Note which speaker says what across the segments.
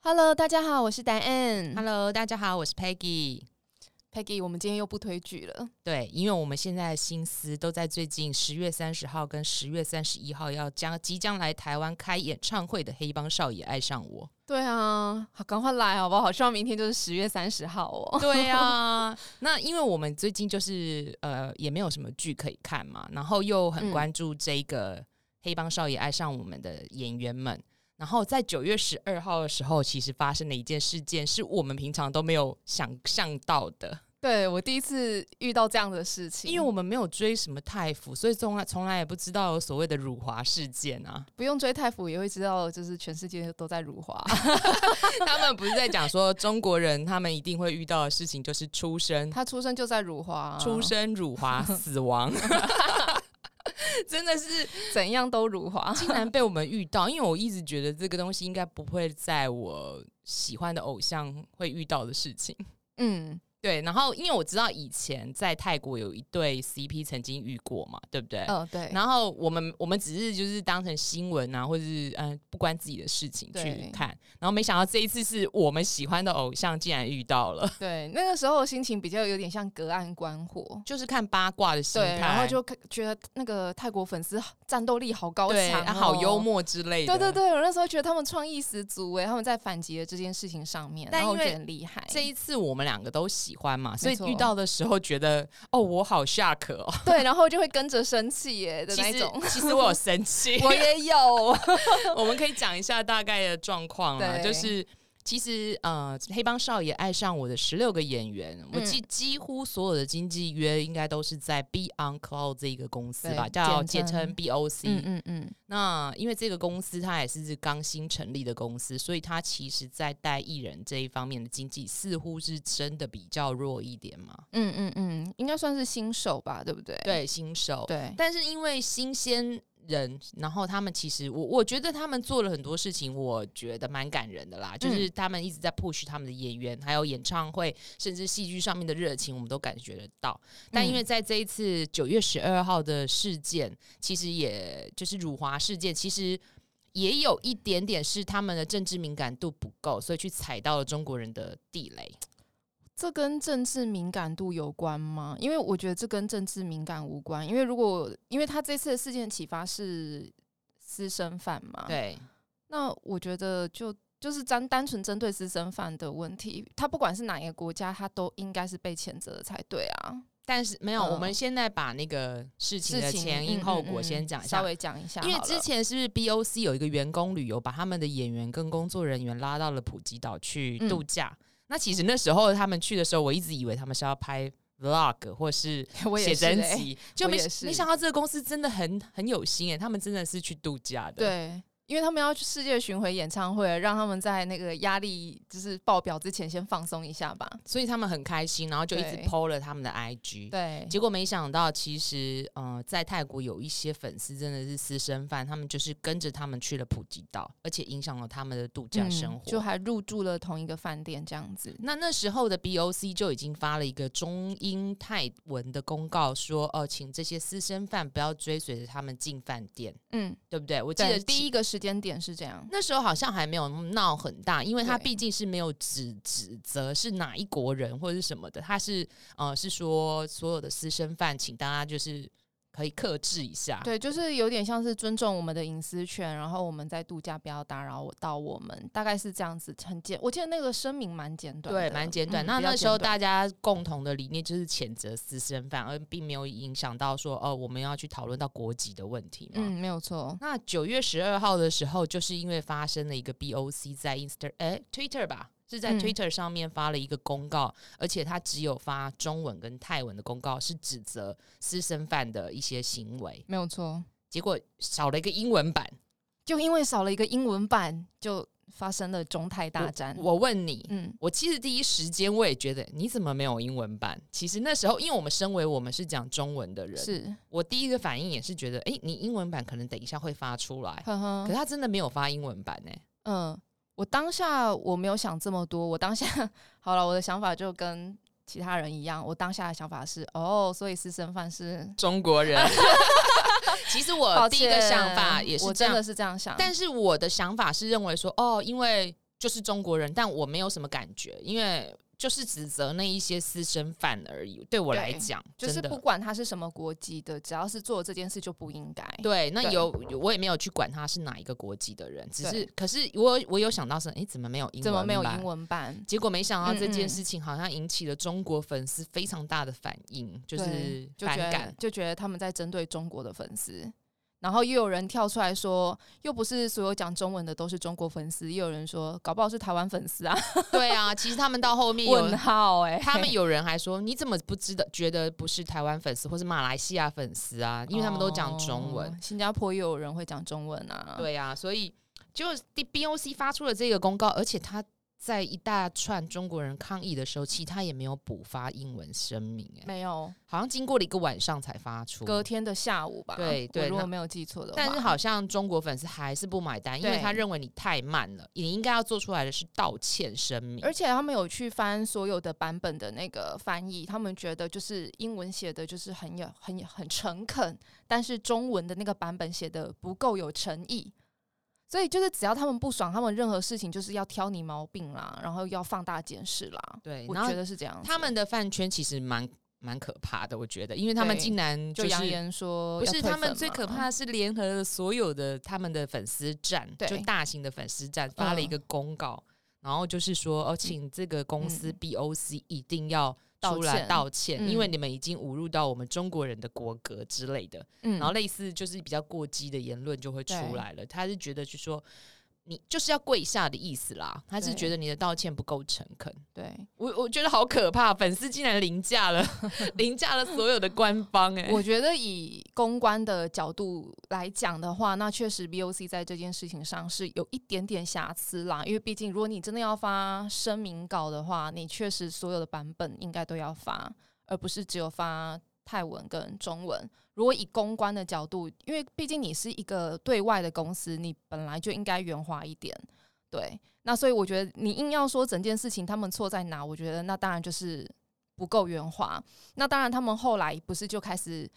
Speaker 1: Hello，大家好，我是戴恩。
Speaker 2: Hello，大家好，我是 Peggy。
Speaker 1: Peggy，我们今天又不推剧了，
Speaker 2: 对，因为我们现在的心思都在最近十月三十号跟十月三十一号要将即将来台湾开演唱会的黑帮少爷爱上我。
Speaker 1: 对啊，好赶快来好不好？希望明天就是十月三十号哦。
Speaker 2: 对啊，那因为我们最近就是呃也没有什么剧可以看嘛，然后又很关注这个黑帮少爷爱上我们的演员们。然后在九月十二号的时候，其实发生了一件事件，是我们平常都没有想象到的。
Speaker 1: 对我第一次遇到这样的事情，
Speaker 2: 因为我们没有追什么太傅，所以从来从来也不知道有所谓的辱华事件啊。
Speaker 1: 不用追太傅也会知道，就是全世界都在辱 华。
Speaker 2: 他们不是在讲说中国人他们一定会遇到的事情，就是出生、
Speaker 1: 他出生就在辱华，
Speaker 2: 出生、辱华、死亡， 真的是
Speaker 1: 怎样都辱华。
Speaker 2: 竟然被我们遇到。因为我一直觉得这个东西应该不会在我喜欢的偶像会遇到的事情。
Speaker 1: 嗯，
Speaker 2: 对，然后因为我知道以前在泰国有一对 CP 曾经遇过嘛，对不对？
Speaker 1: 哦，对，
Speaker 2: 然后我们我们只是就是当成新闻啊，或者是嗯、呃不关自己的事情
Speaker 1: 对
Speaker 2: 去看，然后没想到这一次是我们喜欢的偶像竟然遇 到了，
Speaker 1: 对，那个时候心情比较有点像隔岸观火。
Speaker 2: 就是看八卦的心
Speaker 1: 对，
Speaker 2: 态，
Speaker 1: 然后就看觉得那个泰国粉丝战斗力好高
Speaker 2: 对、
Speaker 1: 强、哦
Speaker 2: 啊好幽。默之类的，
Speaker 1: 对对。对，我那时候觉得他们创意十足欸诶，他们在反击的这件事情上面，
Speaker 2: 但
Speaker 1: 然后我
Speaker 2: 因
Speaker 1: 觉
Speaker 2: 为
Speaker 1: 得很厉害。
Speaker 2: 这一次我们两个都喜欢嘛，所以
Speaker 1: 错
Speaker 2: 遇到的时候觉得哦，我好下课哦。
Speaker 1: 对，然后就会跟着生气耶的
Speaker 2: 其
Speaker 1: 那一
Speaker 2: 实
Speaker 1: 种。
Speaker 2: 其实我有生气，
Speaker 1: 我也有，
Speaker 2: 我们可以讲一下大概的状况啦，
Speaker 1: 对
Speaker 2: 就是。其实，呃，黑帮少爷爱上我的十六个演员，我
Speaker 1: 嗯
Speaker 2: 记几乎所有的经纪约应该都是在 Be On Cloud 这一个公司吧，
Speaker 1: 对
Speaker 2: 叫
Speaker 1: 简
Speaker 2: 简
Speaker 1: 称
Speaker 2: 称 BOC。
Speaker 1: 嗯嗯嗯，
Speaker 2: 那因为这个公司它也是刚新成立的公司，所以它其实在带艺人这一方面的经济似乎是真的比较弱一点嘛。
Speaker 1: 嗯嗯嗯，应该算是新手吧，对不对？
Speaker 2: 对，新手。
Speaker 1: 对
Speaker 2: 但是因为新鲜人，然后他们其实我我觉得他们做了很多事情，我觉得蛮感人的啦。
Speaker 1: 嗯
Speaker 2: 就是他们一直在 push 他们的演员，还有演唱会，甚至戏剧上面的热情，我们都感觉得到。但因
Speaker 1: 嗯
Speaker 2: 为在这一次九月十二号的事件，其实也就是辱华事件，其实。也有一点点是他们的政治敏感度不够，所以去踩到了中国人的地雷。
Speaker 1: 这跟政治敏感度有关吗？因为我觉得这跟政治敏感无关，因为如果因为他这次的事件启发是私生饭嘛，，
Speaker 2: 对，
Speaker 1: 那我觉得就。就是单单纯针对私生饭的问题，他不管是哪一个国家，他都应该是被谴责的才对啊。
Speaker 2: 但是没有，
Speaker 1: 嗯
Speaker 2: 我们现在把那个事情
Speaker 1: 事
Speaker 2: 的
Speaker 1: 情
Speaker 2: 前因
Speaker 1: 嗯
Speaker 2: 后
Speaker 1: 嗯
Speaker 2: 果
Speaker 1: 嗯
Speaker 2: 先讲一下
Speaker 1: 稍。微讲一下好了，
Speaker 2: 因为之前是不是 BOC 有一个员工旅游，把他们的演员跟工作人员拉到了普吉岛去
Speaker 1: 嗯
Speaker 2: 度假。那其实那时候他们去的时候，我一直以为他们是要拍 vlog 或是
Speaker 1: 我也
Speaker 2: 写
Speaker 1: 是
Speaker 2: 真
Speaker 1: 欸
Speaker 2: 集，就
Speaker 1: 我
Speaker 2: 没
Speaker 1: 也是
Speaker 2: 没想到这个公司真的很很有心欸诶，他们真的是去度假的。
Speaker 1: 对，因为他们要去世界巡回演唱会，让他们在那个压力就是爆表之前先放松一下吧。
Speaker 2: 所以他们很开心，然后就一直
Speaker 1: 对
Speaker 2: PO 了他们的 IG。
Speaker 1: 对，
Speaker 2: 结果没想到，其实呃，在泰国有一些粉丝真的是私生饭，他们就是跟着他们去了普吉岛，而且影响了他们的度假生活。
Speaker 1: 嗯就还入住了同一个饭店这样子。
Speaker 2: 那那时候的 BOC 就已经发了一个中英泰文的公告说，哦、请这些私生饭不要追随着他们进饭店，
Speaker 1: 嗯，
Speaker 2: 对不对？我记
Speaker 1: 对，
Speaker 2: 得
Speaker 1: 第
Speaker 2: 第
Speaker 1: 一
Speaker 2: 一
Speaker 1: 个时间点是这样。
Speaker 2: 那时候好像还没有闹很大，因为他
Speaker 1: 对
Speaker 2: 毕竟是没有指指责是哪一国人或者是什么的，他是呃是说所有的私生饭，请大家就是可以克制一下。
Speaker 1: 对，就是有点像是尊重我们的隐私权，然后我们在度假不要打扰我到我们，大概是这样子，很简。我记得那个声明蛮简短的，
Speaker 2: 对，蛮简短。
Speaker 1: 嗯
Speaker 2: 那
Speaker 1: 比较
Speaker 2: 那时候
Speaker 1: 简短
Speaker 2: 大家共同的理念就是谴责私生饭，而并没有影响到说哦，我们要去讨论到国籍的问题嘛。
Speaker 1: 嗯，没有错，
Speaker 2: 那九月十二号的时候，就是因为发生了一个 BOC 在 Insta 哎、Twitter 吧，是在
Speaker 1: 嗯
Speaker 2: Twitter 上面发了一个公告，而且他只有发中文跟泰文的公告，是指责私生饭的一些行为，
Speaker 1: 没有错。
Speaker 2: 结果少了一个英文版。
Speaker 1: 就因为少了一个英文版，就发生了中泰大战。
Speaker 2: 我问你。
Speaker 1: 嗯，
Speaker 2: 我其实第一时间我也觉得你怎么没有英文版？其实那时候，因为我们身为我们是讲中文的人，
Speaker 1: 是，
Speaker 2: 我第一个反应也是觉得，哎、你英文版可能等一下会发出来，
Speaker 1: 呵呵
Speaker 2: 可，他真的没有发英文版呢、
Speaker 1: 嗯，我当下我没有想这么多，我当下好了，我的想法就跟其他人一样，我当下的想法是，哦，所以私生饭是，
Speaker 2: 中国人。 其实我
Speaker 1: 抱
Speaker 2: 呃第一个
Speaker 1: 歉
Speaker 2: 想法也是
Speaker 1: 我
Speaker 2: 这
Speaker 1: 真
Speaker 2: 样
Speaker 1: 的，是这样想，
Speaker 2: 但是我的想法是认为说，哦，因为就是中国人，但我没有什么感觉，因为就是指责那一些私生饭而已。对我
Speaker 1: 对
Speaker 2: 来讲，
Speaker 1: 就是
Speaker 2: 真的
Speaker 1: 不管他是什么国籍的，只要是做了这件事就不应该。
Speaker 2: 对，那
Speaker 1: 对
Speaker 2: 有有我也没有去管他是哪一个国籍的人，只
Speaker 1: 对
Speaker 2: 是可是我有我有想到是，诶，怎么没有英文？
Speaker 1: 怎么没有英？文版？
Speaker 2: 结果没想到这
Speaker 1: 嗯嗯
Speaker 2: 件事情好像引起了中国粉丝非常大的反应，就
Speaker 1: 对
Speaker 2: 是
Speaker 1: 就
Speaker 2: 反
Speaker 1: 觉得
Speaker 2: 感。
Speaker 1: 就觉得他们在针对中国的粉丝，然后又有人跳出来说，又不是所有讲中文的都是中国粉丝，又有人说搞不好是台湾粉丝啊，
Speaker 2: 对啊，其实他们到后面有
Speaker 1: 问号哎、
Speaker 2: 他们有人还说，你怎么不知道？觉得不是台湾粉丝或是马来西亚粉丝啊？因为他们都讲中文。
Speaker 1: 哦新加坡也有人会讲中文啊，，
Speaker 2: 对啊，所以就 D B O C 发出了这个公告，而且他在一大串中国人抗议的时候，其他也没有补发英文声明、哎，
Speaker 1: 没有，
Speaker 2: 好像经过了一个晚上才发出。
Speaker 1: 隔天的下午吧，
Speaker 2: 对对
Speaker 1: 我如果
Speaker 2: 那
Speaker 1: 没有记错的话，
Speaker 2: 但是好像中国粉丝还是不买单，因为
Speaker 1: 对
Speaker 2: 他认为你太慢了，你应该要做出来的是道歉声明。
Speaker 1: 而且他们有去翻所有的版本的那个翻译，他们觉得就是英文写的就是很有很很诚恳，但是中文的那个版本写的不够有诚意。所以就是只要他们不爽，他们任何事情就是要挑你毛病啦，然后要放大检视啦。
Speaker 2: 对，
Speaker 1: 我
Speaker 2: 然后
Speaker 1: 觉得是这样子。
Speaker 2: 他们的饭圈其实蛮蛮可怕的，我觉得，因为他们
Speaker 1: 对
Speaker 2: 竟然
Speaker 1: 就是扬言说
Speaker 2: 不
Speaker 1: 哦要
Speaker 2: 是，
Speaker 1: 退
Speaker 2: 他们
Speaker 1: 粉
Speaker 2: 最
Speaker 1: 嘛嗯
Speaker 2: 可怕的是联合了所有的他们的粉丝站，
Speaker 1: 对嗯
Speaker 2: 就大型的粉丝站发了一个公告，然后就是说，哦，请这个公司
Speaker 1: 嗯
Speaker 2: BOC 一定要出来
Speaker 1: 道
Speaker 2: 道歉，
Speaker 1: 嗯
Speaker 2: 因为你们已经侮辱到我们中国人的国格之类的，
Speaker 1: 嗯，
Speaker 2: 然后类似就是比较过激的言论就会出
Speaker 1: 对
Speaker 2: 来了。他是觉得就说。你就是要跪下的意思啦，他是
Speaker 1: 对
Speaker 2: 觉得你的道歉不够诚恳，
Speaker 1: 对，
Speaker 2: 我我觉得好可怕，粉丝竟然凌驾了 凌驾了所有的官方、欸，
Speaker 1: 我觉得以公关的角度来讲的话，那确实 BOC 在这件事情上是有一点点瑕疵啦。因为毕竟，如果你真的要发声明稿的话，你确实所有的版本应该都要发，而不是只有发泰文跟中文。如果以公关的角度，因为毕竟你是一个对外的公司，你本来就应该圆滑一点。对，那所以我觉得你硬要说整件事情他们错在哪，我觉得那当然就是不够圆滑。那当然，他们后来不是就开始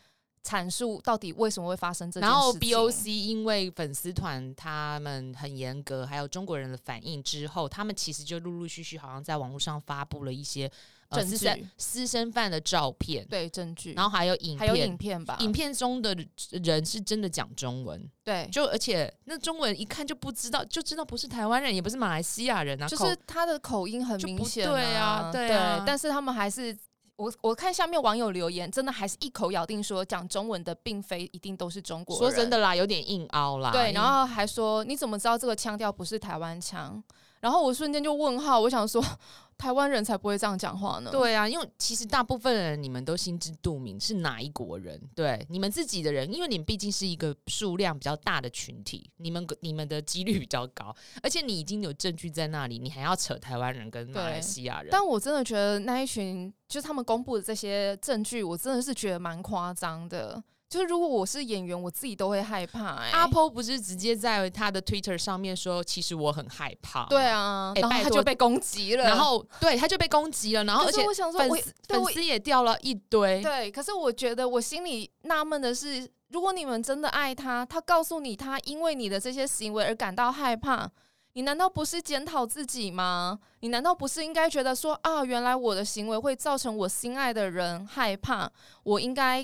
Speaker 1: 阐述到底为什么会发生这件
Speaker 2: 然
Speaker 1: 事情？
Speaker 2: 后 BOC 因为粉丝团他们很严格，还有中国人的反应之后，他们其实就陆陆续续好像在网络上发布了一些呃
Speaker 1: 证据
Speaker 2: 私生私生饭的照片，
Speaker 1: 对证据，
Speaker 2: 然后还有影
Speaker 1: 还有影
Speaker 2: 片。
Speaker 1: 片吧？
Speaker 2: 影片中的人是真的讲中文，
Speaker 1: 对，
Speaker 2: 就而且那中文一看就不知道，就知道不是台湾人，也不是马来西亚人啊，
Speaker 1: 就
Speaker 2: 口
Speaker 1: 是他的口音很
Speaker 2: 就
Speaker 1: 明
Speaker 2: 不
Speaker 1: 显、
Speaker 2: 对啊
Speaker 1: 对
Speaker 2: 对啊
Speaker 1: 但是他们还是。我我看下面网友留言，真的还是一口咬定说讲中文的并非一定都是中国人。
Speaker 2: 说真的啦，有点硬凹啦。
Speaker 1: 对，
Speaker 2: 因为
Speaker 1: 然后还说你怎么知道这个腔调不是台湾腔？然后我瞬间就问号，我想说 台湾人才不会这样讲话呢。
Speaker 2: 对啊，因为其实大部分人你们都心知肚明是哪一国人，对你们自己的人，因为你们毕竟是一个数量比较大的群体，你们你们的几率比较高，而且你已经有证据在那里，你还要扯台湾人跟马来
Speaker 1: 对
Speaker 2: 西亚人，
Speaker 1: 但我真的觉得那一群就是他们公布的这些证据，我真的是觉得蛮夸张的。就是如果我是演员，我自己都会害怕、欸。
Speaker 2: 阿 p 不是直接在他的 Twitter 上面说，其实我很害怕，
Speaker 1: 对，啊，
Speaker 2: 哎
Speaker 1: 然后
Speaker 2: 拜
Speaker 1: 他
Speaker 2: 托
Speaker 1: 就被攻击了。
Speaker 2: 然后对他就被攻击了，然后
Speaker 1: 可
Speaker 2: 而
Speaker 1: 是
Speaker 2: 且
Speaker 1: 我想说，
Speaker 2: 粉
Speaker 1: 我
Speaker 2: 丝
Speaker 1: 对
Speaker 2: 粉
Speaker 1: 我
Speaker 2: 丝也掉了一堆，
Speaker 1: 对，可是我觉得我心里纳闷的是，如果你们真的爱他，他告诉你他因为你的这些行为而感到害怕，你难道不是检讨自己吗？你难道不是应该觉得说啊，原来我的行为会造成我心爱的人害怕，我应该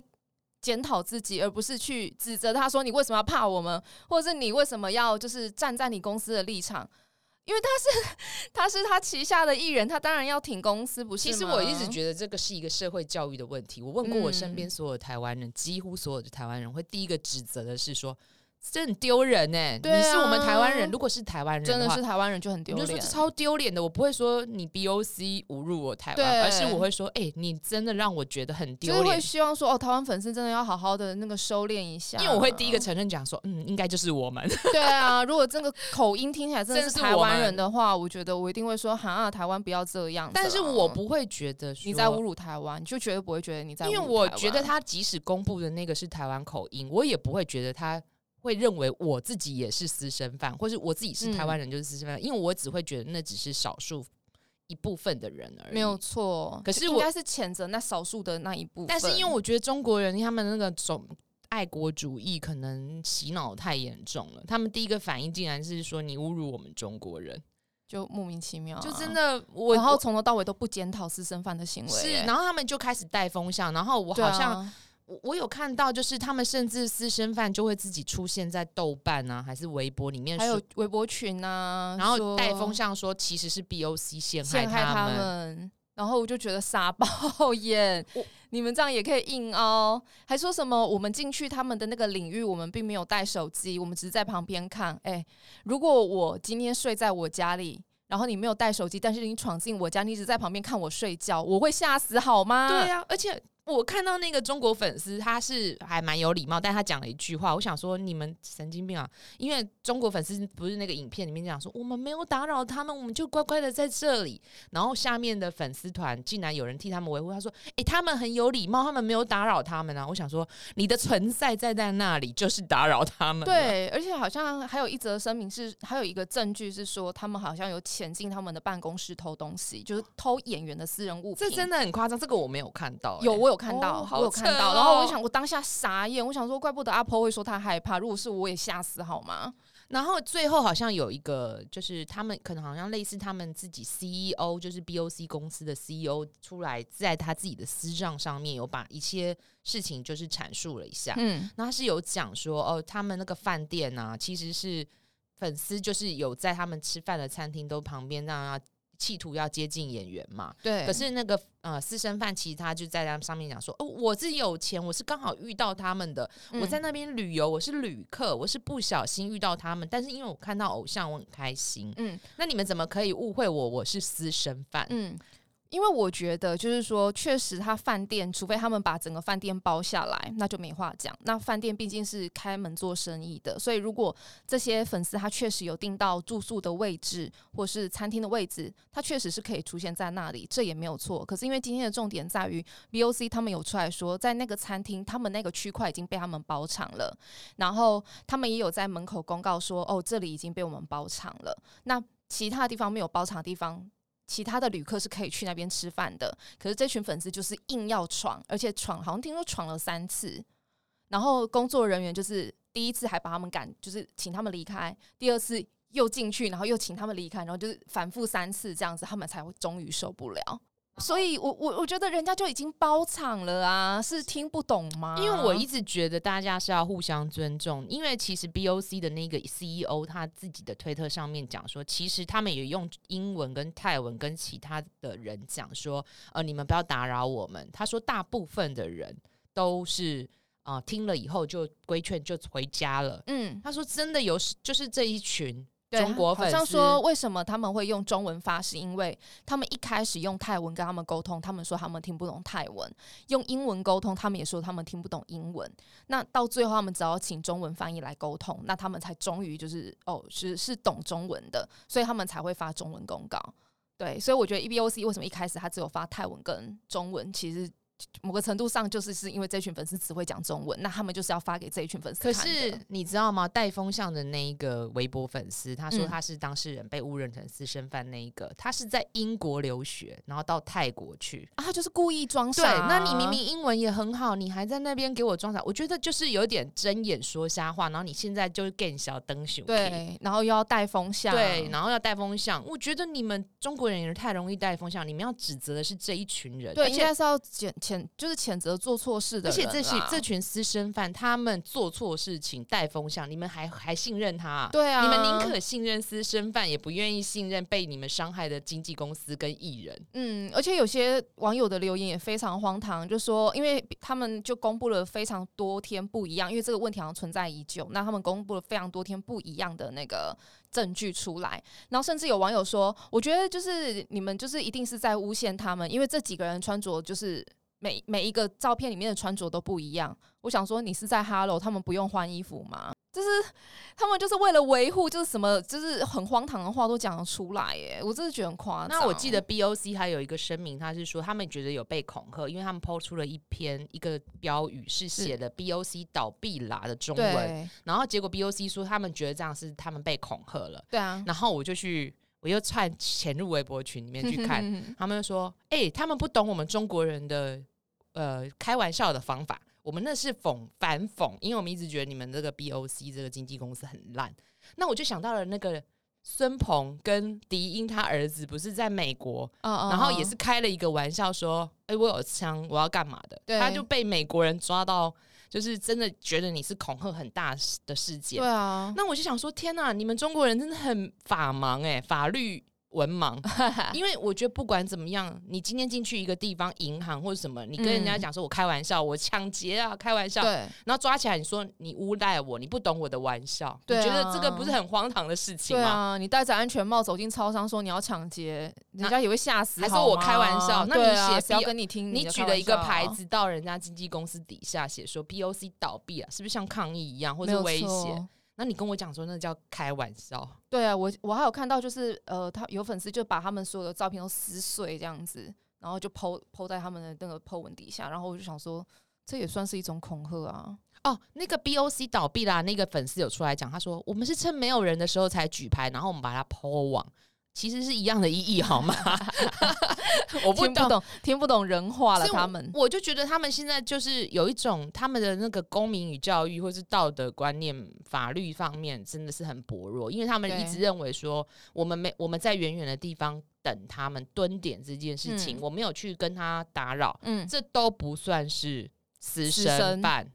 Speaker 1: 检讨自己，而不是去指责他说你为什么要怕我们，或者是你为什么要就是站在你公司的立场。因为他是他是他旗下的艺人，他当然要挺公司，不是
Speaker 2: 其
Speaker 1: 吗？
Speaker 2: 实我一直觉得这个是一个社会教育的问题。我问过我身边
Speaker 1: 嗯
Speaker 2: 所有台湾人，几乎所有的台湾人会第一个指责的是说，这很丢人哎、
Speaker 1: 对啊
Speaker 2: 你是我们台湾人，如果是台湾人
Speaker 1: 真的
Speaker 2: 话
Speaker 1: 是台湾人就很丢
Speaker 2: 你就
Speaker 1: 脸，
Speaker 2: 说这超丢脸的，我不会说你 BOC 侮辱我台湾，
Speaker 1: 对
Speaker 2: 而是我会说，哎、你真的让我觉得很
Speaker 1: 就
Speaker 2: 丢
Speaker 1: 是会
Speaker 2: 脸，
Speaker 1: 希望说哦，台湾粉丝真的要好好的那个收敛一下，
Speaker 2: 因为我会 第一个承认讲说，嗯，应该就是我们，
Speaker 1: 对啊，如果这个口音听起来真的
Speaker 2: 真
Speaker 1: 是
Speaker 2: 是
Speaker 1: 台
Speaker 2: 我
Speaker 1: 湾
Speaker 2: 们
Speaker 1: 人的话，我觉得我一定会说哈、啊，台湾不要这样子啊，
Speaker 2: 但 是我不会觉得
Speaker 1: 你
Speaker 2: 说
Speaker 1: 在侮辱台湾，你就绝对不会觉得你在侮
Speaker 2: 因
Speaker 1: 辱台
Speaker 2: 为
Speaker 1: 湾，
Speaker 2: 我觉得他即使公布的那个是台湾口音，我也不会觉得他会认为我自己也是私生饭，或是我自己是
Speaker 1: 嗯
Speaker 2: 台湾人就是私生饭，因为我只会觉得那只是少数一部分的人而已。
Speaker 1: 没有，错，
Speaker 2: 可是
Speaker 1: 就应
Speaker 2: 我
Speaker 1: 该是谴责那少数的那一部分，
Speaker 2: 但是因为我觉得中国人他们那个总爱国主义可能洗脑太严重了，他们第一个反应竟然是说你侮辱我们中国人。
Speaker 1: 就莫名其妙啊、
Speaker 2: 就真的我
Speaker 1: 然后
Speaker 2: 我
Speaker 1: 从头到尾都不检讨私生饭的行为、
Speaker 2: 是，
Speaker 1: 欸
Speaker 2: 然后他们就开始带风向，然后我
Speaker 1: 对
Speaker 2: 好像、
Speaker 1: 啊、
Speaker 2: 我我有看到，就是他们甚至私生饭就会自己出现在豆瓣啊，还是微博里面
Speaker 1: 还
Speaker 2: 说，
Speaker 1: 有微博群啊，
Speaker 2: 然后带
Speaker 1: 说
Speaker 2: 风向说其实是 BOC 陷害
Speaker 1: 陷害他
Speaker 2: 们。
Speaker 1: 们。然后我就觉得傻爆眼
Speaker 2: 我，
Speaker 1: 你们这样也可以硬凹，还说什么我们进去他们的那个领域，我们并没有带手机，我们只是在旁边看。哎，如果我今天睡在我家里，然后你没有带手机，但是你闯进我家，你一直在旁边看我睡觉，我会吓死好吗？
Speaker 2: 对啊呀、而且我看到那个中国粉丝，他是还蛮有礼貌，但他讲了一句话，我想说你们神经病啊！因为中国粉丝不是那个影片里面讲说我们没有打扰他们，我们就乖乖的在这里。然后下面的粉丝团竟然有人替他们维护，他说：“诶，他们很有礼貌，他们没有打扰他们啊！”我想说，你的存在在在那里就是打扰他们。，啊
Speaker 1: 对，而且好像还有一则声明是，还有一个证据是说，他们好像有潜进他们的办公室偷东西，就是偷演员的私人物品。
Speaker 2: 这真的很夸张，这个我没有看到、诶
Speaker 1: 有，我有看到，
Speaker 2: 哦好
Speaker 1: 我有看到。
Speaker 2: 扯
Speaker 1: 然后我就
Speaker 2: 哦
Speaker 1: 想，我当下傻眼，我想说，怪不得阿婆会说她害怕，如果是我也吓死好吗？
Speaker 2: 然后最后好像有一个，就是他们可能好像类似他们自己 CEO，就是 BOC 公司的 CEO 出来，在他自己的私账上面有把一些事情就是阐述了一下。
Speaker 1: 嗯，
Speaker 2: 那他是有讲说，哦，他们那个饭店啊，其实是粉丝就是有在他们吃饭的餐厅都旁边让他企图要接近演员嘛，
Speaker 1: 对。
Speaker 2: 可是那个呃私生饭，其实他就在他上面讲说，哦，我是有钱，我是刚好遇到他们的，
Speaker 1: 嗯
Speaker 2: 我在那边旅游，我是旅客，我是不小心遇到他们，但是因为我看到偶像，我很开心。
Speaker 1: 嗯
Speaker 2: 那你们怎么可以误会我我是私生饭？
Speaker 1: 嗯。因为我觉得，就是说，确实，他饭店，除非他们把整个饭店包下来，那就没话讲。那饭店毕竟是开门做生意的，所以如果这些粉丝他确实有订到住宿的位置或是餐厅的位置，他确实是可以出现在那里，这也没有错。可是因为今天的重点在于 VOC 他们有出来说，在那个餐厅，他们那个区块已经被他们包场了，然后他们也有在门口公告说，哦，这里已经被我们包场了。那其他地方没有包场的地方，其他的旅客是可以去那边吃饭的，可是这群粉丝就是硬要闯，而且闯好像听说闯了三次，然后工作人员就是第一次还把他们赶，就是请他们离开，第二次又进去，然后又请他们离开，然后就是反复三次这样子，他们才会终于受不了。所以我，我我觉得人家就已经包场了啊，是听不懂吗？
Speaker 2: 因为我一直觉得大家是要互相尊重，因为其实 BOC 的那个 CEO 他自己的推特上面讲说，其实他们也用英文跟泰文跟其他的人讲说，呃，你们不要打扰我们。他说大部分的人都是啊、呃听了以后就规劝就回家了。
Speaker 1: 嗯，
Speaker 2: 他说真的有，就是这一群
Speaker 1: 对
Speaker 2: 中国粉
Speaker 1: 好
Speaker 2: 丝
Speaker 1: 像说为什么他们会用中文发，是因为他们一开始用泰文跟他们沟通，他们说他们听不懂泰文；用英文沟通，他们也说他们听不懂英文。那到最后，他们只好请中文翻译来沟通，那他们才终于就是哦，是是懂中文的，所以他们才会发中文公告。对，所以我觉得 E B O C 为什么一开始他只有发泰文跟中文，其实。某个程度上，就是是因为这群粉丝只会讲中文，那他们就是要发给这一群粉丝
Speaker 2: 可
Speaker 1: 看的。
Speaker 2: 是你知道吗？带风向的那一个微博粉丝，他说
Speaker 1: 嗯
Speaker 2: 他是当事人被误认成私生饭那一个，他是在英国留学，然后到泰国去。
Speaker 1: 啊，他就是故意装
Speaker 2: 对，
Speaker 1: 傻啊。
Speaker 2: 那你明明英文也很好，你还在那边给我装傻，我觉得就是有点睁眼说瞎话，然后你现在就是更小灯熊。。
Speaker 1: 对，然后又要带风向，
Speaker 2: 对，然后要带风向，我觉得你们中国人也太容易带风向，你们要指责的是这一群人，
Speaker 1: 对，
Speaker 2: 而
Speaker 1: 应
Speaker 2: 且
Speaker 1: 该是要谴谴，就是谴责做错事的
Speaker 2: 而且
Speaker 1: 人啦，
Speaker 2: 这些这群私生饭，他们做错事情带风向，你们还还信任他、啊？
Speaker 1: 对啊，
Speaker 2: 你们宁可信任私生饭，也不愿意信任被你们伤害的经纪公司跟艺人。
Speaker 1: 嗯，而且有些网友的留言也非常荒唐，就说因为他们就公布了非常多天不一样，因为这个问题好像存在已久，那他们公布了非常多天不一样的那个证据出来，然后甚至有网友说，我觉得就是你们就是一定是在诬陷他们，因为这几个人穿着就是。每每一个照片里面的穿着都不一样，我想说你是在 Hello，他们不用换衣服吗？就是他们就是为了维护，就是什么，就是很荒唐的话都讲得出来，耶，我真的觉得很夸张。
Speaker 2: 那我记得 BOC 还有一个声明，他是说他们觉得有被恐吓，因为他们抛出了一篇一个标语是写的 BOC 倒闭啦的中文，
Speaker 1: 对
Speaker 2: 然后结果 BOC 说他们觉得这样是他们被恐吓了，
Speaker 1: 对啊，
Speaker 2: 然后我就去我又串潜入微博群里面去看，
Speaker 1: 看
Speaker 2: 他们就说：“哎、他们不懂我们中国人的呃开玩笑的方法，我们那是讽反讽，因为我们一直觉得你们这个 BOC 这个经纪公司很烂。”那我就想到了那个孙鹏跟迪英他儿子不是在美国，
Speaker 1: 哦哦
Speaker 2: 然后也是开了一个玩笑说：“哎、我有枪，我要干嘛的？”
Speaker 1: 对
Speaker 2: 他就被美国人抓到，就是真的觉得你是恐吓很大的事件
Speaker 1: 对。啊，
Speaker 2: 那我就想说，天呐，你们中国人真的很法盲哎、法律 文盲。因为我觉得不管怎么样，你今天进去一个地方，银行或者什么，你跟人家
Speaker 1: 嗯
Speaker 2: 讲说我开玩笑，我抢劫啊，开玩笑，
Speaker 1: 对
Speaker 2: 然后抓起来你说你诬赖我，你不懂我的玩笑，
Speaker 1: 对啊
Speaker 2: 你觉得这个不是很荒唐的事情
Speaker 1: 对
Speaker 2: 吗？
Speaker 1: 啊，你戴着安全帽走进超商说你要抢劫，人家也会吓死
Speaker 2: 还
Speaker 1: 好吗。
Speaker 2: 说我开玩笑那你
Speaker 1: 对啊
Speaker 2: 写
Speaker 1: 谁要
Speaker 2: B-
Speaker 1: 跟你听
Speaker 2: 你
Speaker 1: 的
Speaker 2: 举
Speaker 1: 开
Speaker 2: 了
Speaker 1: 玩
Speaker 2: 一个
Speaker 1: 笑啊
Speaker 2: 牌，子到人家经纪公司底下写说 POC 倒闭啊了，是不是像抗议一样或
Speaker 1: 没
Speaker 2: 者
Speaker 1: 有
Speaker 2: 威胁
Speaker 1: 错？。
Speaker 2: 那你跟我讲说那叫开玩笑，
Speaker 1: 对啊，我我还有看到就是呃，他有粉丝就把他们所有的照片都撕碎这样子，然后就剖剖在他们的那个 po 文底下，然后我就想说，这也算是一种恐吓啊。
Speaker 2: 哦，那个 BOC 倒闭啦，那个粉丝有出来讲，他说我们是趁没有人的时候才举牌，然后我们把它抛网，其实是一样的意义，好吗？ 我不
Speaker 1: 听不
Speaker 2: 懂。
Speaker 1: 懂，听不懂人话了，
Speaker 2: 所以我
Speaker 1: 他们。
Speaker 2: 我就觉得他们现在就是有一种他们的那个公民与教育，或是道德观念、法律方面真的是很薄弱，因为他们
Speaker 1: 对
Speaker 2: 一直认为说我们没我们在远远的地方等他们蹲点这件事情，
Speaker 1: 嗯
Speaker 2: 我没有去跟他打扰，
Speaker 1: 嗯，
Speaker 2: 这都不算是私
Speaker 1: 私
Speaker 2: 生
Speaker 1: 生
Speaker 2: 饭，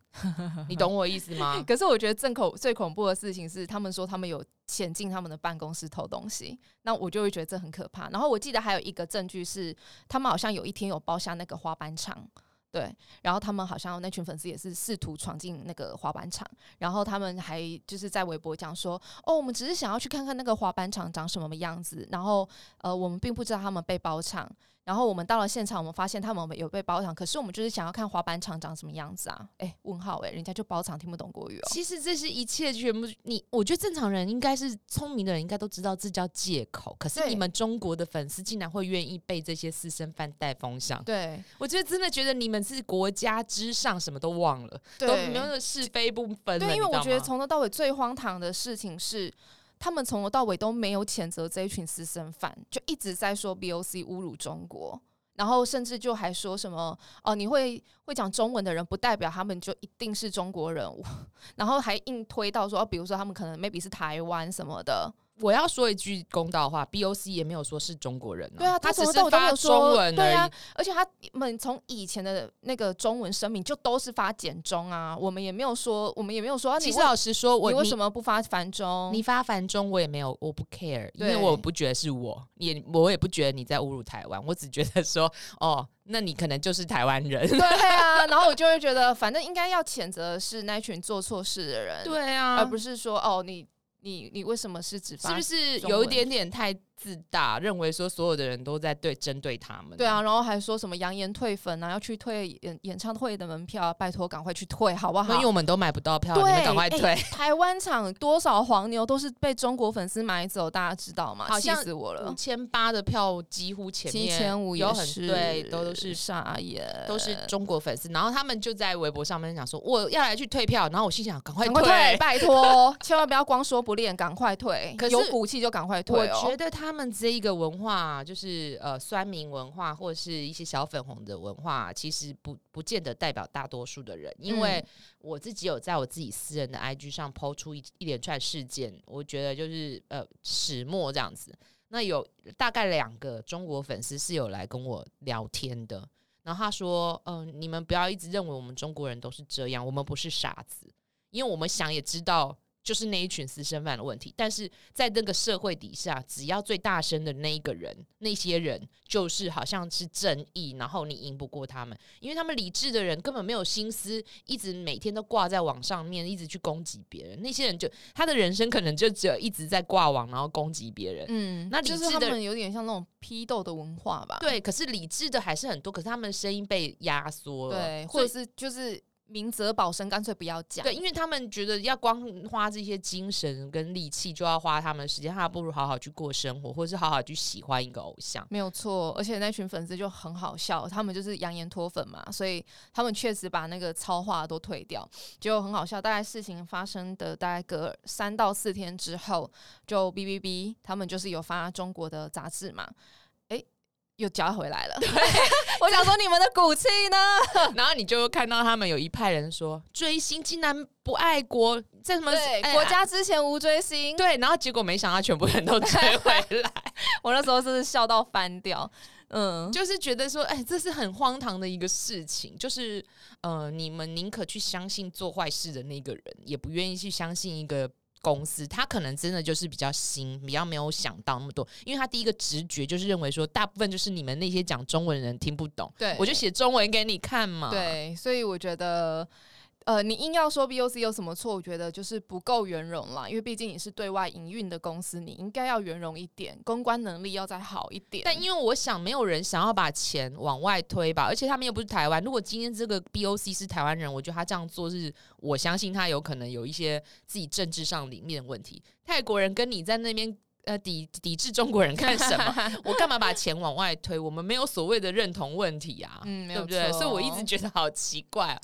Speaker 2: 你懂我意思 吗？
Speaker 1: 可是我觉得正恐最恐怖的事情是，他们说他们有潜进他们的办公室偷东西，那我就会觉得这很可怕。然后我记得还有一个证据是，他们好像有一天有包下那个滑板场。对，然后他们好像那群粉丝也是试图闯进那个滑板场，然后他们还就是在微博讲说，哦，我们只是想要去看看那个滑板场长什么样子，然后呃，我们并不知道他们被包场，然后我们到了现场，我们发现他们有被包场，可是我们就是想要看滑板场长什么样子啊？哎，问号哎，人家就包场听不懂国语 哦。
Speaker 2: 其实这是一切全部，你我觉得正常人应该是聪明的人，应该都知道这叫借口。可是
Speaker 1: 对
Speaker 2: 你们中国的粉丝竟然会愿意被这些私生饭带风向，
Speaker 1: 对，
Speaker 2: 我觉得真的觉得你们是国家之上，什么都忘了，都没有是非不分了。
Speaker 1: 对，因
Speaker 2: 你知
Speaker 1: 为
Speaker 2: 道
Speaker 1: 我
Speaker 2: 吗
Speaker 1: 觉得从头到尾最荒唐的事情是，他们从头到尾都没有谴责这一群私生饭，就一直在说 BOC 侮辱中国。然后甚至就还说什么哦，你会会讲中文的人不代表他们就一定是中国人，我 然后还硬推到说，哦、比如说他们可能 maybe 是台湾什么的，
Speaker 2: 我要说一句公道话，BOC 也没有说是中国人、
Speaker 1: 对啊，
Speaker 2: 他只
Speaker 1: 从头到尾都没
Speaker 2: 是发
Speaker 1: 有
Speaker 2: 中
Speaker 1: 说
Speaker 2: 文而
Speaker 1: 对
Speaker 2: 已。
Speaker 1: 啊，而且他们从以前的那个中文声明就都是发简中啊，我们也没有说，我们也没有说，啊、你
Speaker 2: 其实
Speaker 1: 为
Speaker 2: 老实说，我
Speaker 1: 你为
Speaker 2: 你
Speaker 1: 什么不发繁中？
Speaker 2: 你发繁中，我也没有，我不 care，因为
Speaker 1: 对
Speaker 2: 我不觉得是我，也我也不觉得你在侮辱台湾，我只觉得说，哦，那你可能就是台湾人。
Speaker 1: 对啊，然后我就会觉得，反正应该要谴责的是那一群做错事的人，、
Speaker 2: 对啊
Speaker 1: 而不是说哦，你你你为什么是只
Speaker 2: 是
Speaker 1: 发？
Speaker 2: 不是
Speaker 1: 中
Speaker 2: 有一
Speaker 1: 文
Speaker 2: 点点太自大，认为说所有的人都在对针对他们？
Speaker 1: 对啊，然后还说什么扬言退粉啊，要去退演演唱会的门票啊，拜托赶快去退好不
Speaker 2: 那因为
Speaker 1: 好？
Speaker 2: 我们都买不到票，你
Speaker 1: 对，
Speaker 2: 们赶快退。
Speaker 1: 哎台湾场多少黄牛都是被中国粉丝买走，大家知道吗？
Speaker 2: 好
Speaker 1: 气
Speaker 2: 像
Speaker 1: 死我了
Speaker 2: 五！千八的票几乎前
Speaker 1: 七
Speaker 2: 面
Speaker 1: 千五
Speaker 2: 有
Speaker 1: 也
Speaker 2: 很
Speaker 1: 是，
Speaker 2: 对，都是呃
Speaker 1: 傻眼，
Speaker 2: 都是中国粉丝，然后他们就在微博上面讲说我要来去退票，然后我心想赶快
Speaker 1: 赶快 退，拜托，千万不要光说不练，赶快退，
Speaker 2: 可是
Speaker 1: 有骨气就赶快
Speaker 2: 我
Speaker 1: 退哦
Speaker 2: 觉。得他们这一个文化，就是呃酸民文化，或者是一些小粉红的文化，其实不不见得代表大多数的人。因为
Speaker 1: 嗯
Speaker 2: 我自己有在我自己私人的 IG 上抛出一一连串事件，我觉得就是呃始末这样子。那有大概两个中国粉丝是有来跟我聊天的，然后他说：“嗯、你们不要一直认为我们中国人都是这样，我们不是傻子，因为我们想也知道，就是那一群私生饭的问题。但是在那个社会底下，只要最大声的那一个人，那些人就是好像是正义，然后你赢不过他们，因为他们理智的人根本没有心思，一直每天都挂在网上面，一直去攻击别人。那些人就他的人生可能就只有一直在挂网，然后攻击别人。
Speaker 1: 嗯，
Speaker 2: 那理
Speaker 1: 就是
Speaker 2: 智
Speaker 1: 他
Speaker 2: 的
Speaker 1: 们有点像那种批斗的文化吧？
Speaker 2: 对，可是理智的还是很多，可是他们的声音被压缩了，
Speaker 1: 对，
Speaker 2: 所
Speaker 1: 或
Speaker 2: 以
Speaker 1: 者是就是明哲保身，干脆不要讲。
Speaker 2: 对，因为他们觉得要光花这些精神跟力气，就要花他们的时间，他不如好好去过生活，或是好好去喜欢一个偶 像。
Speaker 1: 没有错，而且那群粉丝就很好笑，他们就是扬言脱粉嘛，所以他们确实把那个超话都退掉，就很好笑。大概事情发生的大概隔三到四天之后，就 B B B 他们就是有发中国的杂志嘛，诶，又加回来了。 我想说你们的骨气呢？
Speaker 2: 然后你就看到他们有一派人说追星竟然不爱国，在什么
Speaker 1: 对，
Speaker 2: 哎呀
Speaker 1: 国家之前无追星，
Speaker 2: 对，然后结果没想到全部人都 追回来，
Speaker 1: 我那时候真是笑到翻掉。嗯，
Speaker 2: 就是觉得说，哎，这是很荒唐的一个事情，就是呃，你们宁可去相信做坏事的那个人，也不愿意去相信一个。公司，他可能真的就是比较新，比较没有想到那么多，因为他第一个直觉就是认为说，大部分就是你们那些讲中文的人听不懂，
Speaker 1: 对
Speaker 2: 我就啊写中文给你看嘛。，
Speaker 1: 对，所以我觉得。呃，你硬要说 BOC 有什么错？我觉得就是不够圆融啦，因为毕竟你是对外营运的公司，你应该要圆融一点，公关能力要再好一点。
Speaker 2: 但因为我想，没有人想要把钱往外推吧，而且他们又不是台湾。如果今天这个 BOC 是台湾人，我觉得他这样做是，我相信他有可能有一些自己政治上里面的问题。泰国人跟你在那边。呃，抵抵制中国人干 什么？我干嘛把钱往外推？我们没有所谓的认同问题啊，
Speaker 1: 嗯没
Speaker 2: 对
Speaker 1: 有
Speaker 2: 不对？
Speaker 1: 错
Speaker 2: 所以我一直觉得好奇怪、啊。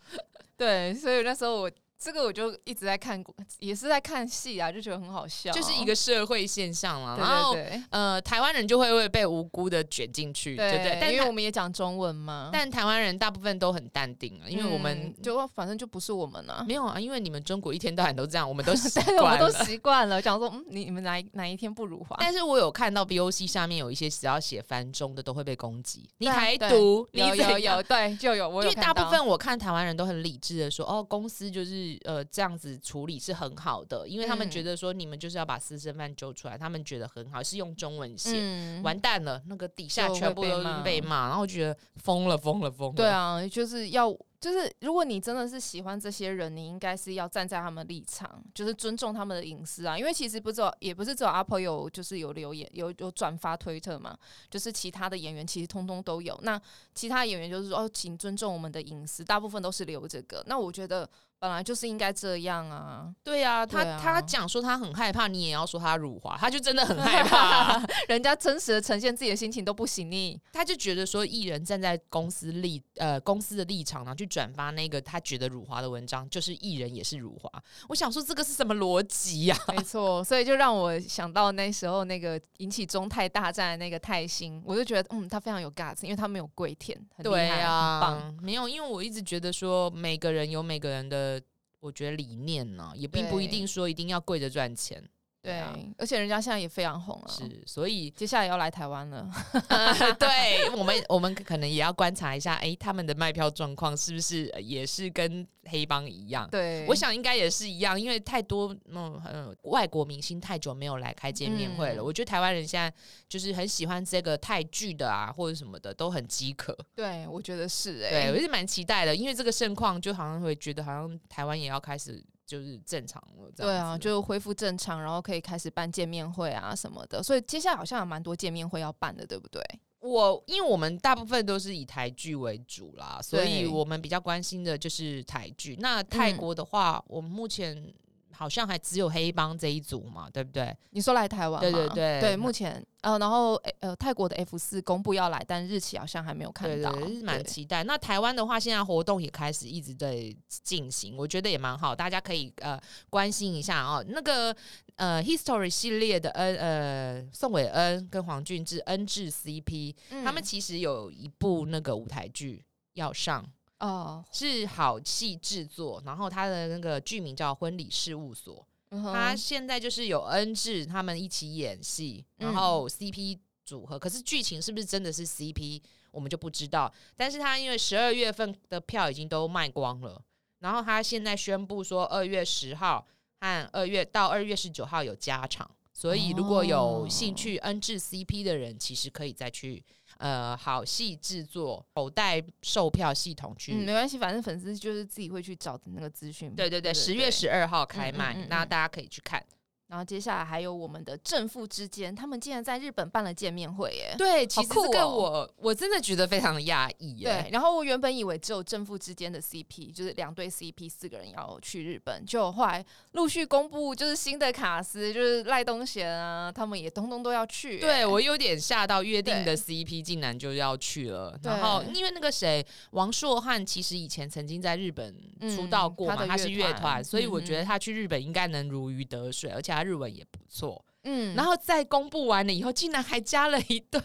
Speaker 1: 对，所以那时候我这个我就一直在看，也是在看戏啊，就觉得很好笑，
Speaker 2: 就是一个社会现象啦。
Speaker 1: 对
Speaker 2: 然
Speaker 1: 对
Speaker 2: 后
Speaker 1: 对
Speaker 2: 呃，台湾人就会会被无辜的卷进去，对不对？但
Speaker 1: 因为
Speaker 2: 台
Speaker 1: 我们也讲中文嘛，
Speaker 2: 但台湾人大部分都很淡定啊，因为我们
Speaker 1: 嗯就反正就不是我们啊，
Speaker 2: 没有啊，因为你们中国一天到晚都这样，我们都习
Speaker 1: 但是我
Speaker 2: 惯
Speaker 1: 们都
Speaker 2: 了。
Speaker 1: 习惯了，讲说嗯，你你们哪一哪一天不如华？
Speaker 2: 但是我有看到 BOC 下面有一些只要写繁中的都会被攻击，你
Speaker 1: 对啊
Speaker 2: 台
Speaker 1: 对
Speaker 2: 独，你
Speaker 1: 有
Speaker 2: 怎
Speaker 1: 有
Speaker 2: 样
Speaker 1: 有，对，就有，我有
Speaker 2: 因为
Speaker 1: 看
Speaker 2: 大部
Speaker 1: 到
Speaker 2: 分我看台湾人都很理智的说，哦，公司就是呃这样子处理是很好的，因为他们
Speaker 1: 嗯
Speaker 2: 觉得说你们就是要把私生饭揪出来，他们觉得很好，是用中文写。
Speaker 1: 嗯
Speaker 2: 完蛋了，那个底下
Speaker 1: 就
Speaker 2: 全
Speaker 1: 会
Speaker 2: 部
Speaker 1: 被
Speaker 2: 都是
Speaker 1: 骂
Speaker 2: 被骂，然后我觉得疯了，疯了，疯了。
Speaker 1: 对啊，就是要就是，如果你真的是喜欢这些人，你应该是要站在他们立场，就是尊重他们的隐私啊。因为其实不只有，也不是只有阿婆有，就是有留言，有有转发推特嘛，就是其他的演员其实通通都有。那其他演员就是说，哦，请尊重我们的隐私，大部分都是留这个。那我觉得本来就是应该这样啊，
Speaker 2: 对啊，他
Speaker 1: 对啊
Speaker 2: 他讲说他很害怕，你也要说他辱华，他就真的 很害怕啊、
Speaker 1: 人家真实的呈现自己的心情都不行 你。
Speaker 2: 他就觉得说，艺人站在公司立呃公司的立场，然后去转发那个他觉得辱华的文章，就是艺人也是辱华。我想说，这个是什么逻辑呀、
Speaker 1: 没错，所以就让我想到那时候那个引起中泰大战的那个泰星，我就觉得嗯，他非常有 guts，因为他没有跪舔，很厉
Speaker 2: 啊
Speaker 1: 害，很棒。，
Speaker 2: 没有，因为我一直觉得说，每个人有每个人的，我觉得理念呢、也并不一
Speaker 1: 对
Speaker 2: 定说一定要跪着赚钱。
Speaker 1: 对
Speaker 2: 啊，，
Speaker 1: 而且人家现在也非常红了，
Speaker 2: 是，所以
Speaker 1: 接下来要来台湾了。
Speaker 2: 呃，对我们，我们可能也要观察一下，诶，他们的卖票状况是不是呃也是跟黑帮一样？
Speaker 1: 对，
Speaker 2: 我想应该也是一样，因为太多嗯嗯外国明星太久没有来开见面会了。
Speaker 1: 嗯
Speaker 2: 我觉得台湾人现在就是很喜欢这个泰剧的啊，或者什么的，都很饥渴。
Speaker 1: 对我觉得是
Speaker 2: 对，
Speaker 1: 哎、
Speaker 2: 我是蛮期待的，因为这个盛况就好像会觉得好像台湾也要开始就是正常了。这样
Speaker 1: 对啊，
Speaker 2: 子
Speaker 1: 就恢复正常，然后可以开始办见面会啊什么的，所以接下来好像有蛮多见面会要办的，对不对？
Speaker 2: 我因为我们大部分都是以台剧为主啦，所以
Speaker 1: 对
Speaker 2: 我们比较关心的就是台剧。那泰国的话，我们目前。好像还只有黑帮这一组嘛，对不对？
Speaker 1: 你说来台湾吗？
Speaker 2: 对对对
Speaker 1: 对，目前呃，然后诶呃，泰国的 F 四公布要来，但日期好像还没有看
Speaker 2: 对
Speaker 1: 到，
Speaker 2: 对，是
Speaker 1: 对
Speaker 2: 蛮期待。那台湾的话，现在活动也开始一直在进行，我觉得也蛮好，大家可以呃关心一下哦。那个呃 History 系列的恩呃宋伟恩跟黄俊志恩智 CP，、
Speaker 1: 嗯
Speaker 2: 他们其实有一部那个舞台剧要上，
Speaker 1: 哦，
Speaker 2: 是好戏制作，然后它的那个剧名叫《婚礼事务所》。
Speaker 1: 嗯哼
Speaker 2: 他现在就是有恩智他们一起演戏，
Speaker 1: 嗯
Speaker 2: 然后 CP 组合，可是剧情是不是真的是 CP，我们就不知道。但是他因为十二月份的票已经都卖光了，然后他现在宣布说二月十号和二月到二月十九号有加场。所以，如果有兴
Speaker 1: 哦
Speaker 2: 趣恩智 CP 的人，其实可以再去呃好戏制作口袋售票系统去
Speaker 1: 嗯，没关系，反正粉丝就是自己会去找那个资讯。
Speaker 2: 对对对，十月，十二号开卖，
Speaker 1: 嗯嗯嗯
Speaker 2: 那
Speaker 1: 嗯
Speaker 2: 大家可以去看。
Speaker 1: 然后接下来还有我们的正负之间，他们竟然在日本办了见面会耶。
Speaker 2: 对，其
Speaker 1: 好
Speaker 2: 实
Speaker 1: 酷
Speaker 2: 这个
Speaker 1: 哦
Speaker 2: 我、我真的觉得非常讶异欸耶。
Speaker 1: 对，然后我原本以为只有正负之间的 CP，就是两对 CP 四个人要去日本，就后来陆续公布就是新的卡司，就是赖东贤啊，他们也通通都要去。
Speaker 2: 对，，我有点吓到，约定的 CP 竟然就要去了。然后
Speaker 1: 对
Speaker 2: 因为那个谁，王硕汉其实以前曾经在日本出道过嘛，
Speaker 1: 嗯他的
Speaker 2: 他是
Speaker 1: 乐团
Speaker 2: 团，所以我
Speaker 1: 嗯嗯
Speaker 2: 觉得他去日本应该能如鱼得水，而且他日文也不错。
Speaker 1: 嗯
Speaker 2: 然后再公布完了以后，竟然还加了一对，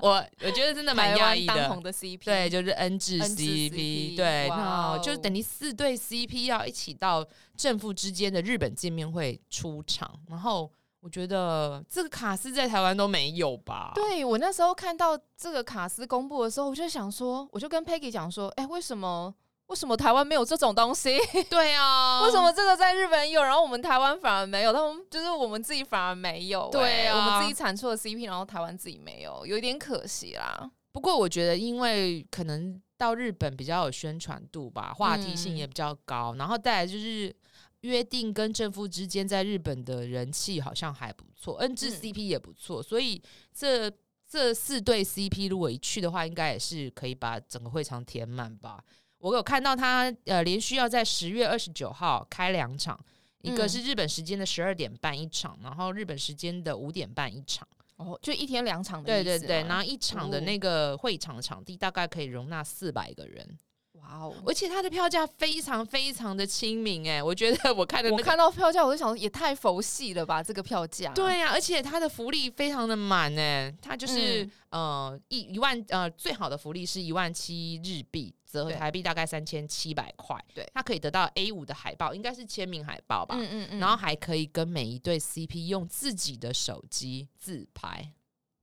Speaker 2: 我我觉得真的蛮
Speaker 1: 台
Speaker 2: 压
Speaker 1: 湾
Speaker 2: 抑
Speaker 1: 当
Speaker 2: 的
Speaker 1: 红。的 CP，
Speaker 2: 对，就是 N 至
Speaker 1: N 至
Speaker 2: CP，
Speaker 1: CP
Speaker 2: 对，
Speaker 1: 哇
Speaker 2: 那
Speaker 1: 哦
Speaker 2: 就是等于四对 CP 要一起到正负之间的日本见面会出场，然后我觉得这个卡是在台湾都没有吧？
Speaker 1: 对我那时候看到这个卡斯公布的时候，我就想说，我就跟 Peggy 讲说，哎、为什么为什么台湾没有这种东西？
Speaker 2: 对啊，
Speaker 1: 为什么这个在日本有，然后我们台湾反而没有？但我们就是我们自己反而没有、
Speaker 2: 对啊
Speaker 1: 哎我们自己产出的 CP，然后台湾自己没有，有一点可惜啦。
Speaker 2: 不过我觉得，因为可能到日本比较有宣传度吧，话题
Speaker 1: 嗯
Speaker 2: 性也比较高，然后再来就是约定跟正负之间在日本的人气好像还不错，N 至
Speaker 1: 嗯
Speaker 2: CP 也不错，所以这这四对 CP 如果一去的话，应该也是可以把整个会场填满吧。我有看到他呃，连续要在十月二十九号开两场，一个
Speaker 1: 嗯
Speaker 2: 是日本时间的十二点半一场，然后日本时间的五点半一场。
Speaker 1: 哦，就一天两场的
Speaker 2: 对
Speaker 1: 意思啊吗，
Speaker 2: 对对，然后一场的
Speaker 1: 哦
Speaker 2: 那个会场场地大概可以容纳四百个人，
Speaker 1: 哇哦，
Speaker 2: 而且它的票价非常非常的亲民哎，我觉得我看的
Speaker 1: 我
Speaker 2: 那个。
Speaker 1: 看到票价，我就想说也太佛系了吧，这个票价。
Speaker 2: 对啊呀、而且它的福利非常的满哎，它
Speaker 1: 嗯
Speaker 2: 就是、呃一一万呃最好的福利是一万七日币，折合
Speaker 1: 对
Speaker 2: 台币大概三千七百块。
Speaker 1: 对
Speaker 2: 它可以得到 A 五的海报，应该是签名海报吧，
Speaker 1: 嗯嗯嗯，
Speaker 2: 然后还可以跟每一对 CP 用自己的手机自拍，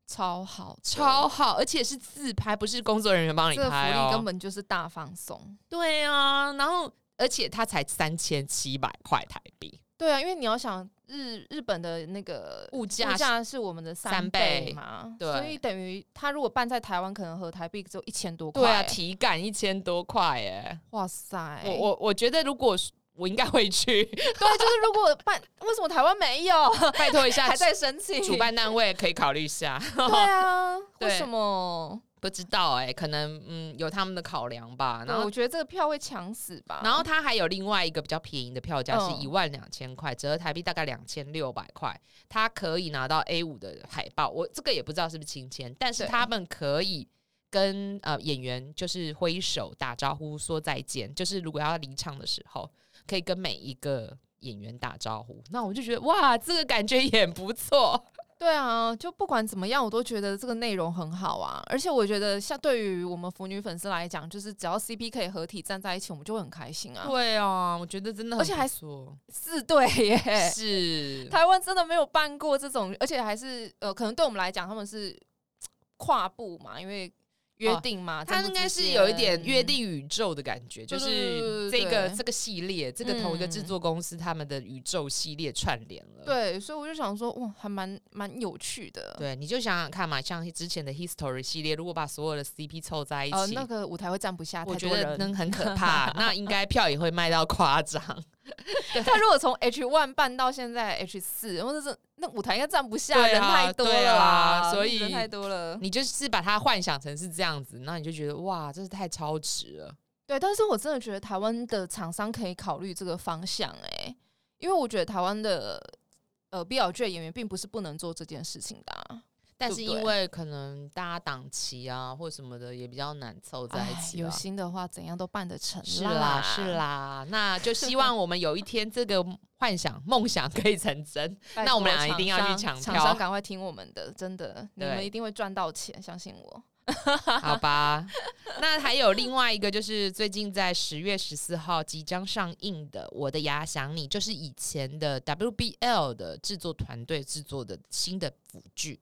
Speaker 1: 超好的，
Speaker 2: 超好，而且是自拍，不是工作人员帮你
Speaker 1: 这个
Speaker 2: 拍、
Speaker 1: 福
Speaker 2: 哦，
Speaker 1: 利根本就是大放松。
Speaker 2: 对啊，然后而且它才三千七百块台币，
Speaker 1: 对啊，因为你要想日日本的那个
Speaker 2: 物价
Speaker 1: 物价是我们的
Speaker 2: 三倍
Speaker 1: 倍嘛，
Speaker 2: 对
Speaker 1: 所以等于他如果办在台湾，可能合台币只有一千多块。
Speaker 2: 对啊，体感一千多块耶！
Speaker 1: 哇塞！
Speaker 2: 我我我觉得如果是我应该会去，
Speaker 1: 对，就是如果办，为什么台湾没有？
Speaker 2: 拜托一下
Speaker 1: 还在申请
Speaker 2: 主？办单 位可以考虑一下，
Speaker 1: 对啊，
Speaker 2: 对
Speaker 1: 为什么？
Speaker 2: 不知道哎，可能嗯有他们的考量吧。然
Speaker 1: 然后
Speaker 2: 后
Speaker 1: 我觉得这个票会抢死吧。
Speaker 2: 然后它还有另外一个比较便宜的票价是
Speaker 1: 嗯
Speaker 2: 一万两千块，折合台币大概两千六百块，它可以拿到 A 五的海报。我这个也不知道是不是亲签，但是
Speaker 1: 对
Speaker 2: 他们可以跟呃演员就是挥手打招呼说再见，就是如果要离场的时候，可以跟每一个演员打招呼。那我就觉得哇，这个感觉也不错。
Speaker 1: 对啊，就不管怎么样，我都觉得这个内容很好啊。而且我觉得，像对于我们腐女粉丝来讲，就是只要 CP 可以合体站在一起，我们就会很开心啊。
Speaker 2: 对啊，我觉得真的
Speaker 1: 而且还
Speaker 2: 说
Speaker 1: 四对
Speaker 2: 哎
Speaker 1: 耶，
Speaker 2: 是
Speaker 1: 台湾真的没有办过这种，而且还是呃，可能对我们来讲，他们是跨步嘛，因为约定嘛，
Speaker 2: 它
Speaker 1: 政府
Speaker 2: 啊应该
Speaker 1: 之
Speaker 2: 是
Speaker 1: 间
Speaker 2: 有一点约。定宇宙的感觉，就
Speaker 1: 对
Speaker 2: 是
Speaker 1: 对对
Speaker 2: 这
Speaker 1: 对
Speaker 2: 个
Speaker 1: 对
Speaker 2: 这个系列，这个同一个
Speaker 1: 嗯
Speaker 2: 制作公司他们的宇宙系列串联了。
Speaker 1: 对，所以我就想说，哇，还蛮蛮有趣的。
Speaker 2: 对，你就想想看嘛，像之前的 History 系列，如果把所有的 CP 凑在一
Speaker 1: 呃，
Speaker 2: 起，
Speaker 1: 那个舞台会站不下
Speaker 2: 我
Speaker 1: 太
Speaker 2: 觉
Speaker 1: 多
Speaker 2: 得
Speaker 1: 人。
Speaker 2: 能很可怕。那应该票也会卖到夸张。
Speaker 1: 他如果从 H one 办到现在 H 四，或者是那舞台应该站不下，
Speaker 2: 对啊
Speaker 1: 人太多
Speaker 2: 对
Speaker 1: 了
Speaker 2: 啊
Speaker 1: 啦
Speaker 2: 所以
Speaker 1: 人太多了。
Speaker 2: 你就是把它幻想成是这样子，那你就觉得哇，这是太超值了。
Speaker 1: 对，但是我真的觉得台湾的厂商可以考虑这个方向、欸，因为我觉得台湾的呃 BL 剧的演员并不是不能做这件事情的、啊，
Speaker 2: 但
Speaker 1: 对
Speaker 2: 是
Speaker 1: 不对
Speaker 2: 因为可能大家档期啊或什么的也比较难凑在一
Speaker 1: 哎
Speaker 2: 起、啊，
Speaker 1: 有心的话怎样都办得成
Speaker 2: 是啦，是，啦，那就希望我们有一天这个幻想、梦想可以成真。
Speaker 1: 拜
Speaker 2: 那我们
Speaker 1: 托
Speaker 2: 俩一定要
Speaker 1: 厂
Speaker 2: 去
Speaker 1: 商
Speaker 2: 抢
Speaker 1: 厂
Speaker 2: 票
Speaker 1: 商赶快听我们的，真的，你
Speaker 2: 对
Speaker 1: 们一定会赚到钱，相信我。
Speaker 2: 好吧，那还有另外一个，就是最近在十月十四号即将上映的《我的牙想你》，就是以前的 WBL 的制作团队制作的新的腐剧，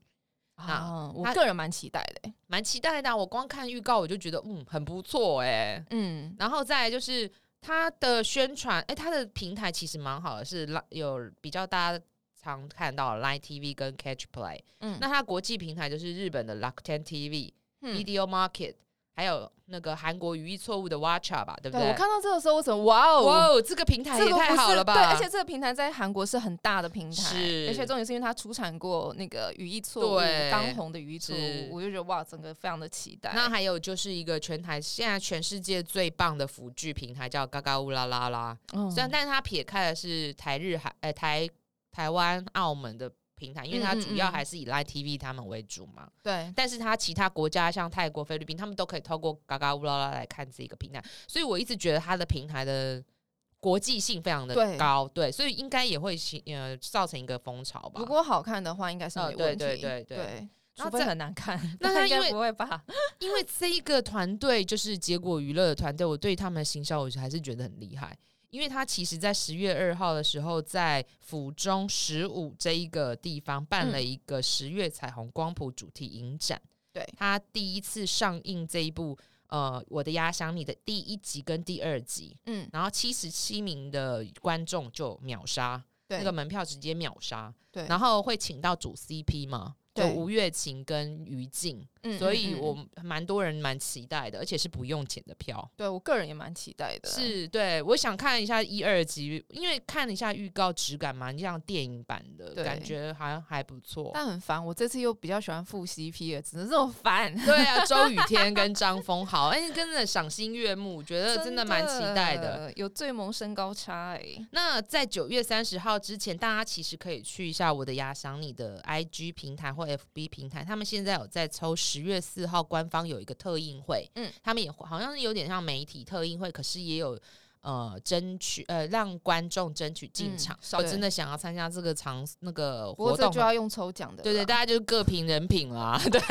Speaker 2: 啊
Speaker 1: 啊，我
Speaker 2: 他
Speaker 1: 个人蛮期待的欸、
Speaker 2: 蛮期待的啊、我光看预告我就觉得，嗯，很不错哎、
Speaker 1: 嗯，
Speaker 2: 然后再来就是它的宣传，哎，它的平台其实蛮好的，是 Li- 有比较大家常看到的 Line TV 跟 Catch Play。
Speaker 1: 嗯
Speaker 2: 那它国际平台就是日本的 Rakuten TV、
Speaker 1: 嗯
Speaker 2: Video Market，还有那个韩国语义错误的 Watcha 吧，对不
Speaker 1: 对我看到这个时候，我怎么哇哦
Speaker 2: 哇哦，这个平台
Speaker 1: 这
Speaker 2: 也
Speaker 1: 个
Speaker 2: 太
Speaker 1: 不
Speaker 2: 好
Speaker 1: 是
Speaker 2: 了吧！
Speaker 1: 对，而且这个平台在韩国是很大的平台，
Speaker 2: 是
Speaker 1: 而且重点是因为它出产过那个语义错误
Speaker 2: 对
Speaker 1: 当红的语义错
Speaker 2: 是
Speaker 1: 误，我就觉得哇，整个非常的期待。
Speaker 2: 那还有就是一个全台现在全世界最棒的辅剧平台叫嘎嘎乌拉拉啦，
Speaker 1: 嗯
Speaker 2: 虽然，但是它撇开的是台日韩，呃，台台湾、澳门的平台，因为它
Speaker 1: 嗯嗯
Speaker 2: 主要
Speaker 1: 嗯
Speaker 2: 还是以 Line TV 他们为主嘛。
Speaker 1: 对
Speaker 2: 但是它其他国家像泰国、菲律宾，他们都可以透过嘎嘎乌拉拉来看这个平台，所以我一直觉得它的平台的国际性非常的
Speaker 1: 对
Speaker 2: 高，对，所以应该也会形呃造成一个风潮吧。
Speaker 1: 如果好看的话，应该是
Speaker 2: 呃
Speaker 1: 没问题。
Speaker 2: 对对对
Speaker 1: 对，
Speaker 2: 对然
Speaker 1: 除
Speaker 2: 后
Speaker 1: 非
Speaker 2: 再
Speaker 1: 很难看，
Speaker 2: 那
Speaker 1: 但
Speaker 2: 他
Speaker 1: 应该
Speaker 2: 因为
Speaker 1: 不会 吧？
Speaker 2: 因为这一个团队就是结果娱乐的团队，我对他们的行销我还是觉得很厉害，因为他其实在十月二号的时候，在府中十五这一个地方办
Speaker 1: 嗯
Speaker 2: 了一个十月彩虹光谱主题影展，
Speaker 1: 对
Speaker 2: 他第一次上映这一部呃《我的压箱你》的第一集跟第二集，
Speaker 1: 嗯，
Speaker 2: 然后七十七名的观众就秒杀，
Speaker 1: 对
Speaker 2: 那个门票直接秒杀，
Speaker 1: 对
Speaker 2: 然后会请到主 CP 嘛，就
Speaker 1: 对
Speaker 2: 吴月琴跟于静。
Speaker 1: 嗯
Speaker 2: 所
Speaker 1: 嗯
Speaker 2: 以
Speaker 1: 嗯
Speaker 2: 我蛮多人蛮期待的，而且是不用钱的票。
Speaker 1: 对我个人也蛮期待的。
Speaker 2: 是对，我想看一下一二集，因为看了一下预告，质感蛮像电影版的，
Speaker 1: 对
Speaker 2: 感觉好像还不错。
Speaker 1: 但很烦，我这次又比较喜欢副 CP 了，只能这么烦。
Speaker 2: 对啊，周雨天跟张峰豪，哎，真的赏心悦目，觉得真的蛮期待的。
Speaker 1: 的，有最萌身高差哎、
Speaker 2: 那在九月三十号之前，大家其实可以去一下我的压箱你的 IG 平台或 FB 平台，他们现在有在抽十月四号官方有一个特映会，嗯
Speaker 1: 嗯，
Speaker 2: 他们也好像是有点像媒体特映会，可是也有。呃，争取呃，让观众争取进
Speaker 1: 嗯
Speaker 2: 场。
Speaker 1: 是
Speaker 2: 我、真的想要参加这个场那个
Speaker 1: 不过
Speaker 2: 活
Speaker 1: 这
Speaker 2: 动
Speaker 1: 就
Speaker 2: 的，
Speaker 1: 要用抽奖的啦，
Speaker 2: 对对，大家就是各凭人品啦。对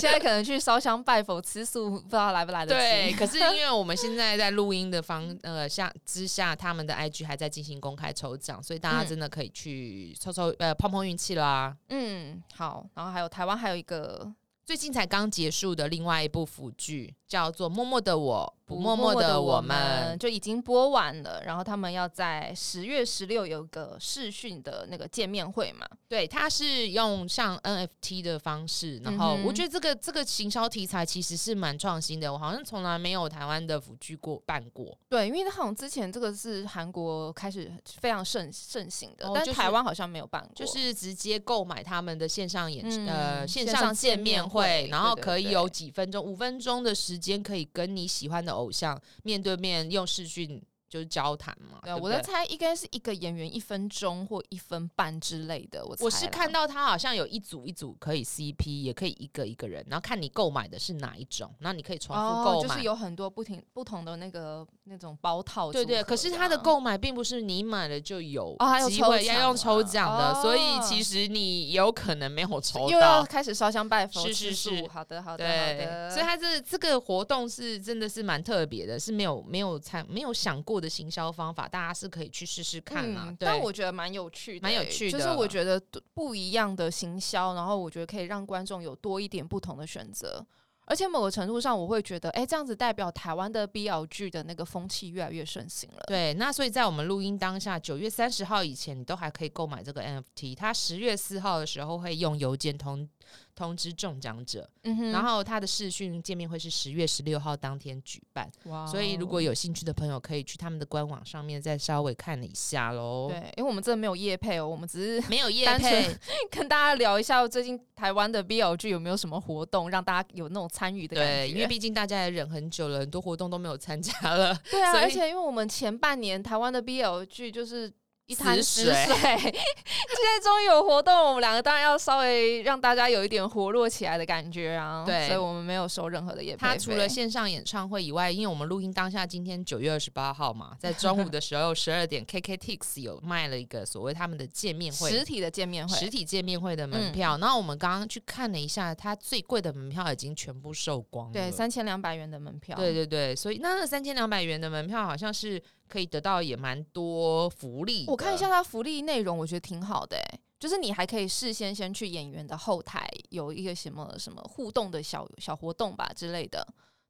Speaker 1: 现在可能去烧香拜佛吃素，不知道来不来得
Speaker 2: 对，
Speaker 1: 及。
Speaker 2: 可是因为我们现在在录音的方呃下之下，他们的 IG 还在进行公开抽奖，所以大
Speaker 1: 嗯
Speaker 2: 家真的可以去抽抽呃碰碰运气啦。
Speaker 1: 嗯，好。然后还有台湾还有一个
Speaker 2: 最近才刚结束的另外一部腐剧叫做《默默的我不
Speaker 1: 不
Speaker 2: 默默
Speaker 1: 默
Speaker 2: 的
Speaker 1: 我
Speaker 2: 我们》，
Speaker 1: 就已经播完了，然后他们要在十月十六有个视讯的那个见面会嘛。
Speaker 2: 对，它是用像 NFT 的方式，然后
Speaker 1: 嗯哼
Speaker 2: 我觉得这个这个行销题材其实是蛮创新的，我好像从来没有台湾的腐剧过办过。
Speaker 1: 对，因为好像之前这个是韩国开始非常盛盛行的，
Speaker 2: 哦
Speaker 1: 但
Speaker 2: 就是
Speaker 1: 台湾好像没有办过。
Speaker 2: 就是直接购买他们的线上演、
Speaker 1: 嗯
Speaker 2: 呃线
Speaker 1: 线
Speaker 2: 上
Speaker 1: 上
Speaker 2: 见
Speaker 1: 见
Speaker 2: 面
Speaker 1: 面
Speaker 2: 会，
Speaker 1: 会
Speaker 2: 然后
Speaker 1: 对对
Speaker 2: 可以
Speaker 1: 对
Speaker 2: 有几分钟，五分钟的时间可以跟你喜欢的偶像面对面用视讯就是交谈嘛。
Speaker 1: 对，啊
Speaker 2: 对不
Speaker 1: 我
Speaker 2: 对
Speaker 1: 在猜应该是一个演员一分钟或一分半之类的。我
Speaker 2: 我
Speaker 1: 猜
Speaker 2: 是
Speaker 1: 啦
Speaker 2: 看到他好像有一组一组可以 CP，也可以一个一个人，然后看你购买的是哪一种，然后你可以重复
Speaker 1: 哦
Speaker 2: 购，
Speaker 1: 就
Speaker 2: 买。
Speaker 1: 是有很多不停不同的那个那种包套组合
Speaker 2: 对
Speaker 1: 的啊。
Speaker 2: 对，可是他的购买并不是你买了就有
Speaker 1: 哦还有
Speaker 2: 机
Speaker 1: 抽
Speaker 2: 会要
Speaker 1: 奖
Speaker 2: 用抽
Speaker 1: 啊
Speaker 2: 奖的，所以
Speaker 1: 哦
Speaker 2: 其实你有可能没有抽
Speaker 1: 又要
Speaker 2: 到。
Speaker 1: 开始烧香拜佛，
Speaker 2: 是是
Speaker 1: 吃素
Speaker 2: 是
Speaker 1: 好的好的好
Speaker 2: 对，
Speaker 1: 的。
Speaker 2: 所以他这这个活动是真的是蛮特别的，是没有没有参没有想过的行销方法，大家是可以去试试看啦。
Speaker 1: 嗯，
Speaker 2: 对，
Speaker 1: 但我觉得蛮有趣的欸，
Speaker 2: 蛮有趣
Speaker 1: 就是
Speaker 2: 的
Speaker 1: 我觉得多不一样的行销，然后我觉得可以让观众有多一点不同的选择。而且某个程度上，我会觉得，哎、这样子代表台湾的 BL 剧的那个风气越来越盛行了。
Speaker 2: 对，那所以在我们录音当下，九月三十号以前，你都还可以购买这个 NFT。它十月四号的时候会用邮件通通知中奖者，
Speaker 1: 嗯哼
Speaker 2: 然后它的视讯见面会是十月十六号当天举办。
Speaker 1: 哇
Speaker 2: 所以如
Speaker 1: 哦
Speaker 2: 果有兴趣的朋友，可以去他们的官网上面再稍微看一下喽。
Speaker 1: 对，因为我们真的没有业配哦，我们只是
Speaker 2: 没有 业
Speaker 1: 单纯
Speaker 2: 配，
Speaker 1: 跟大家聊一下最近台湾的 BL 剧有没有什么活动，让大家有那种参与的感觉。
Speaker 2: 对，因为毕竟大家也忍很久了，很多活动都没有参加 了。
Speaker 1: 对啊，
Speaker 2: 所以
Speaker 1: 而且因为我们前半年台湾的 BL 剧就是一
Speaker 2: 死
Speaker 1: 潭死
Speaker 2: 水
Speaker 1: 水， 现在终于有活动，我们两个当然要稍微让大家有一点活络起来的感觉啊。
Speaker 2: 对
Speaker 1: 所以我们没有收任何的业配
Speaker 2: 他
Speaker 1: 费。
Speaker 2: 除了线上演唱会以外，因为我们录音当下今天九月二十八号嘛，在中午的时候十二点，KKTix 有卖了一个所谓他们的见面会
Speaker 1: 实体的嗯见面
Speaker 2: 实
Speaker 1: 会，
Speaker 2: 体见面会的门票。然后我们刚刚去看了一下，它最贵的门票已经全部售光了。
Speaker 1: 对，三千两百元的门票，
Speaker 2: 对对对，所以那三千两百元的门票好像是可以得到也蛮多福利的。
Speaker 1: 我看一下它福利内容，我觉得挺好的、欸，就是你还可以事先先去演员的后台有一个什么什么互动的小小活动吧之类的，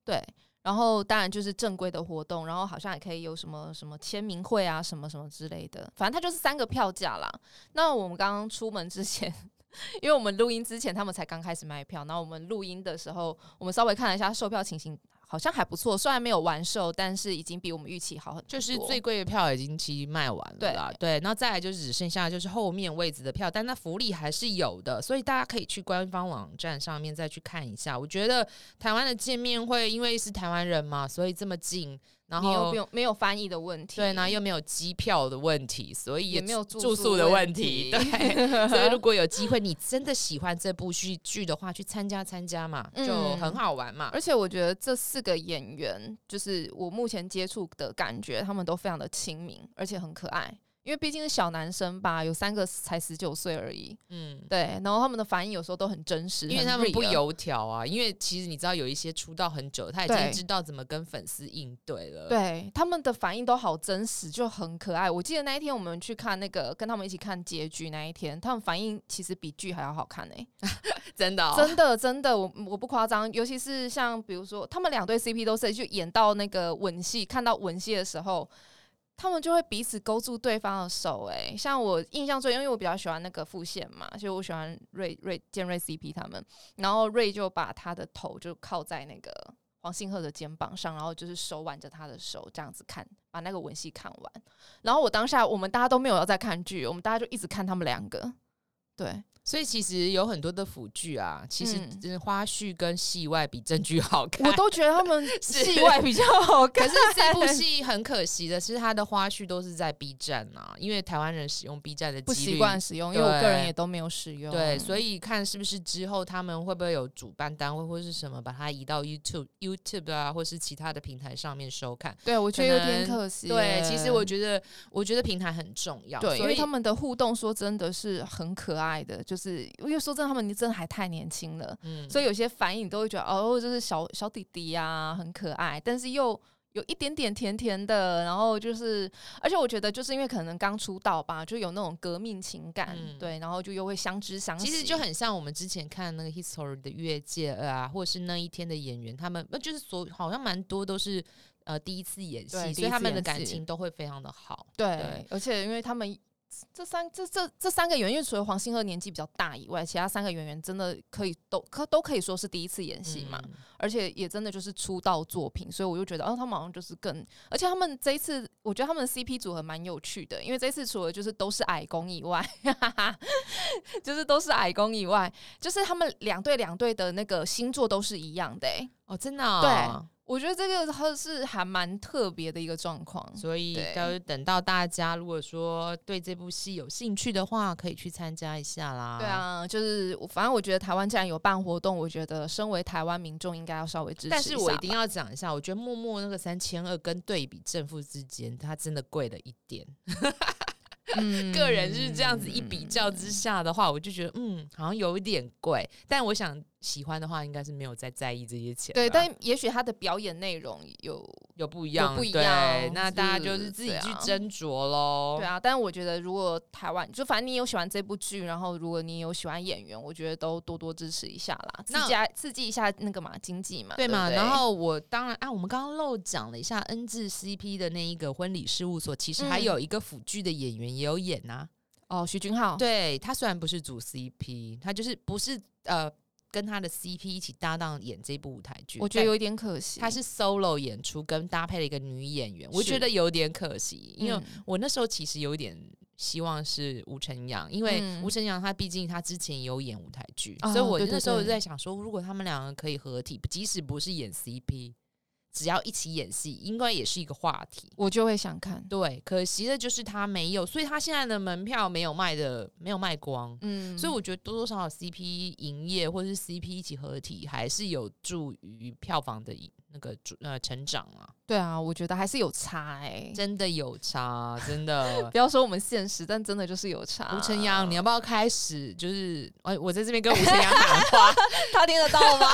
Speaker 1: 对。然后当然就是正规的活动，然后好像也可以有什么什么签名会啊，什么什么之类的，反正它就是三个票价啦。那我们刚刚出门之前， 因为我们录音之前他们才刚开始卖票，然后我们录音的时候，我们稍微看了一下售票情形，好像还不错，虽然没有完售，但是已经比我们预期好很多。
Speaker 2: 就是最贵的票已经其实卖完了啦，对，那再来就只剩下就是后面位置的票，但那福利还是有的，所以大家可以去官方网站上面再去看一下。我觉得台湾的见面会，因为是台湾人嘛，所以这么近，然
Speaker 1: 你又
Speaker 2: 后
Speaker 1: 不用没有翻译的问题，
Speaker 2: 对，然后又没有机票的问题，所以
Speaker 1: 也没有
Speaker 2: 住
Speaker 1: 宿
Speaker 2: 宿的问
Speaker 1: 题
Speaker 2: 题。，对，所以如果有机会，你真的喜欢这部剧剧的话，去参加参加嘛，
Speaker 1: 嗯
Speaker 2: 就很好玩嘛。
Speaker 1: 而且我觉得这四个演员，就是我目前接触的感觉，他们都非常的亲民，而且很可爱。因为毕竟是小男生吧，有三个才十九岁而已，
Speaker 2: 嗯，
Speaker 1: 对。然后他们的反应有时候都很真实，
Speaker 2: 因为
Speaker 1: 很
Speaker 2: 他们不
Speaker 1: real
Speaker 2: 油条啊，因为其实你知道有一些出道很久，他已
Speaker 1: 对
Speaker 2: 经知道怎么跟粉丝应对了。，
Speaker 1: 对他们的反应都好真实，就很可爱。我记得那一天我们去看那个，跟他们一起看结局那一天，他们反应其实比剧还要好看欸呢、
Speaker 2: 真的、哦，
Speaker 1: 真的真的，我我不夸张，尤其是像比如说他们两对 CP 都是就演到那个吻戏，看到吻戏的时候。他们就会彼此勾住对方的手、欸，像我印象最，因为我比较喜欢那个付线嘛，所以我喜欢瑞瑞建瑞 CP 他们，然后瑞就把他的头就靠在那个黄信鹤的肩膀上，然后就是手挽着他的手这样子看，把那个吻戏看完。然后我当下我们大家都没有要再看剧，我们大家就一直看他们两个，对，
Speaker 2: 所以其实有很多的辅剧啊，其实
Speaker 1: 嗯
Speaker 2: 真的花絮跟戏外比正剧好看。
Speaker 1: 我都觉得他们
Speaker 2: 是
Speaker 1: 戏外比较好看。
Speaker 2: 可是这部戏很可惜的是，它的花絮都是在 B 站啊，因为台湾人使用 B 站的
Speaker 1: 不
Speaker 2: 几率
Speaker 1: 习惯使用，因为我
Speaker 2: 对
Speaker 1: 个人也都没有使用。
Speaker 2: 对，所
Speaker 1: 以
Speaker 2: 以看是不是之后他们会不会有主办单位或是什么把它移到 YouTube、YouTube 啊，或是其他的平台上面收看。
Speaker 1: 对我觉
Speaker 2: 可
Speaker 1: 得有
Speaker 2: 能
Speaker 1: 点可惜耶。
Speaker 2: 对，其实我觉得，我觉得平台很重要，
Speaker 1: 对，因
Speaker 2: 所
Speaker 1: 为
Speaker 2: 以
Speaker 1: 他们的互动，说真的是很可爱的，就是因为说真的，他们真的还太年轻了，
Speaker 2: 嗯，
Speaker 1: 所以有些反应你都会觉得哦，就是小小弟弟啊，很可爱，但是又。有一点点甜甜的，然后就是，而且我觉得就是因为可能刚出道吧，就有那种革命情感，
Speaker 2: 嗯
Speaker 1: 对，然后就又会相知相惜，
Speaker 2: 其实就很像我们之前看那个 History 的越界啊，或是那一天的演员，他们呃就是所好像蛮多都是呃第一次演戏
Speaker 1: 对，第
Speaker 2: 所
Speaker 1: 一
Speaker 2: 以
Speaker 1: 次
Speaker 2: 他们的
Speaker 1: 演
Speaker 2: 感
Speaker 1: 戏
Speaker 2: 情都会非常的好。
Speaker 1: 对
Speaker 2: 对，
Speaker 1: 而且因为他们这三这这这三个演员，除了黄星鹤年纪比较大以外，其他三个演员真的可以都可都可以说是第一次演戏嘛，
Speaker 2: 嗯
Speaker 1: 而且也真的就是出道作品，所以我就觉得，哦，他们好像就是更，而且他们这一次，我觉得他们的 CP 组合蛮有趣的，因为这一次除了就是都是矮工以外， 就是都是矮工以外，就是他们两队两队的那个星座都是一样的、欸，
Speaker 2: 哦，真的、哦、
Speaker 1: 对我觉得这个还是还蛮特别的一个状况。
Speaker 2: 所以
Speaker 1: 对
Speaker 2: 到等到大家如果说对这部戏有兴趣的话，可以去参加一下啦。
Speaker 1: 对，啊，就是我反正我觉得台湾既然有办活动，我觉得身为台湾民众应该要稍微支持
Speaker 2: 但是我
Speaker 1: 下
Speaker 2: 一定要讲一下，我觉得默默那个三千二跟对比正负之间，它真的贵了一点。
Speaker 1: 吧，嗯
Speaker 2: 个人是这样子一比较之下的话，我就觉得嗯，好像有一点贵。但我想喜欢的话，应该是没有再在意这些
Speaker 1: 嗯
Speaker 2: 钱啦。
Speaker 1: 对，但也许他的表演内容有。
Speaker 2: 有不一样，
Speaker 1: 有不一
Speaker 2: 对
Speaker 1: 样
Speaker 2: 那大家就是自己去斟酌喽。
Speaker 1: 对啊，但我觉得如果台湾就反正你有喜欢这部剧，然后如果你有喜欢演员，我觉得都多多支持一下啦，刺
Speaker 2: 那
Speaker 1: 激啊刺激一下那个嘛经济嘛，
Speaker 2: 对
Speaker 1: 对
Speaker 2: 嘛？
Speaker 1: 不对
Speaker 2: 然后我当然啊，我们刚刚漏讲了一下 N 字 CP 的那一个婚礼事务所，其实还
Speaker 1: 嗯
Speaker 2: 有一个辅剧的演员也有演啊。
Speaker 1: 哦，徐君浩，
Speaker 2: 对他虽然不是主 CP，他就是不是呃跟他的 CP 一起搭档演这部舞台剧，
Speaker 1: 我觉得有一点可惜，
Speaker 2: 但他是 solo 演出跟搭配了一个女演员，我
Speaker 1: 是
Speaker 2: 觉得有点可惜，因为
Speaker 1: 嗯
Speaker 2: 我那时候其实有点。希望是吴晨阳，因为
Speaker 1: 嗯
Speaker 2: 吴晨阳他毕竟他之前也有演舞台剧，
Speaker 1: 哦
Speaker 2: 所以我
Speaker 1: 对对
Speaker 2: 那时候
Speaker 1: 对
Speaker 2: 在想说，如果他们两个可以合体，即使不是演 CP，只要一起演戏，应该也是一个话题。
Speaker 1: 我就会想看，
Speaker 2: 对，可惜的就是他没有，所以他现在的门票没有卖的，没有卖光。
Speaker 1: 嗯，
Speaker 2: 所以我觉得多多少少 CP 营业或是 CP 一起合体，还是有助于票房的一那个主呃成长啊，
Speaker 1: 对啊，我觉得还是有差哎、
Speaker 2: 真的有差，真的。
Speaker 1: 不要说我们现实，但真的就是有差。
Speaker 2: 吴晨
Speaker 1: 啊
Speaker 2: 阳，你要不要开始？就是，哎，我在这边跟吴晨阳喊话，
Speaker 1: 他听得到吗？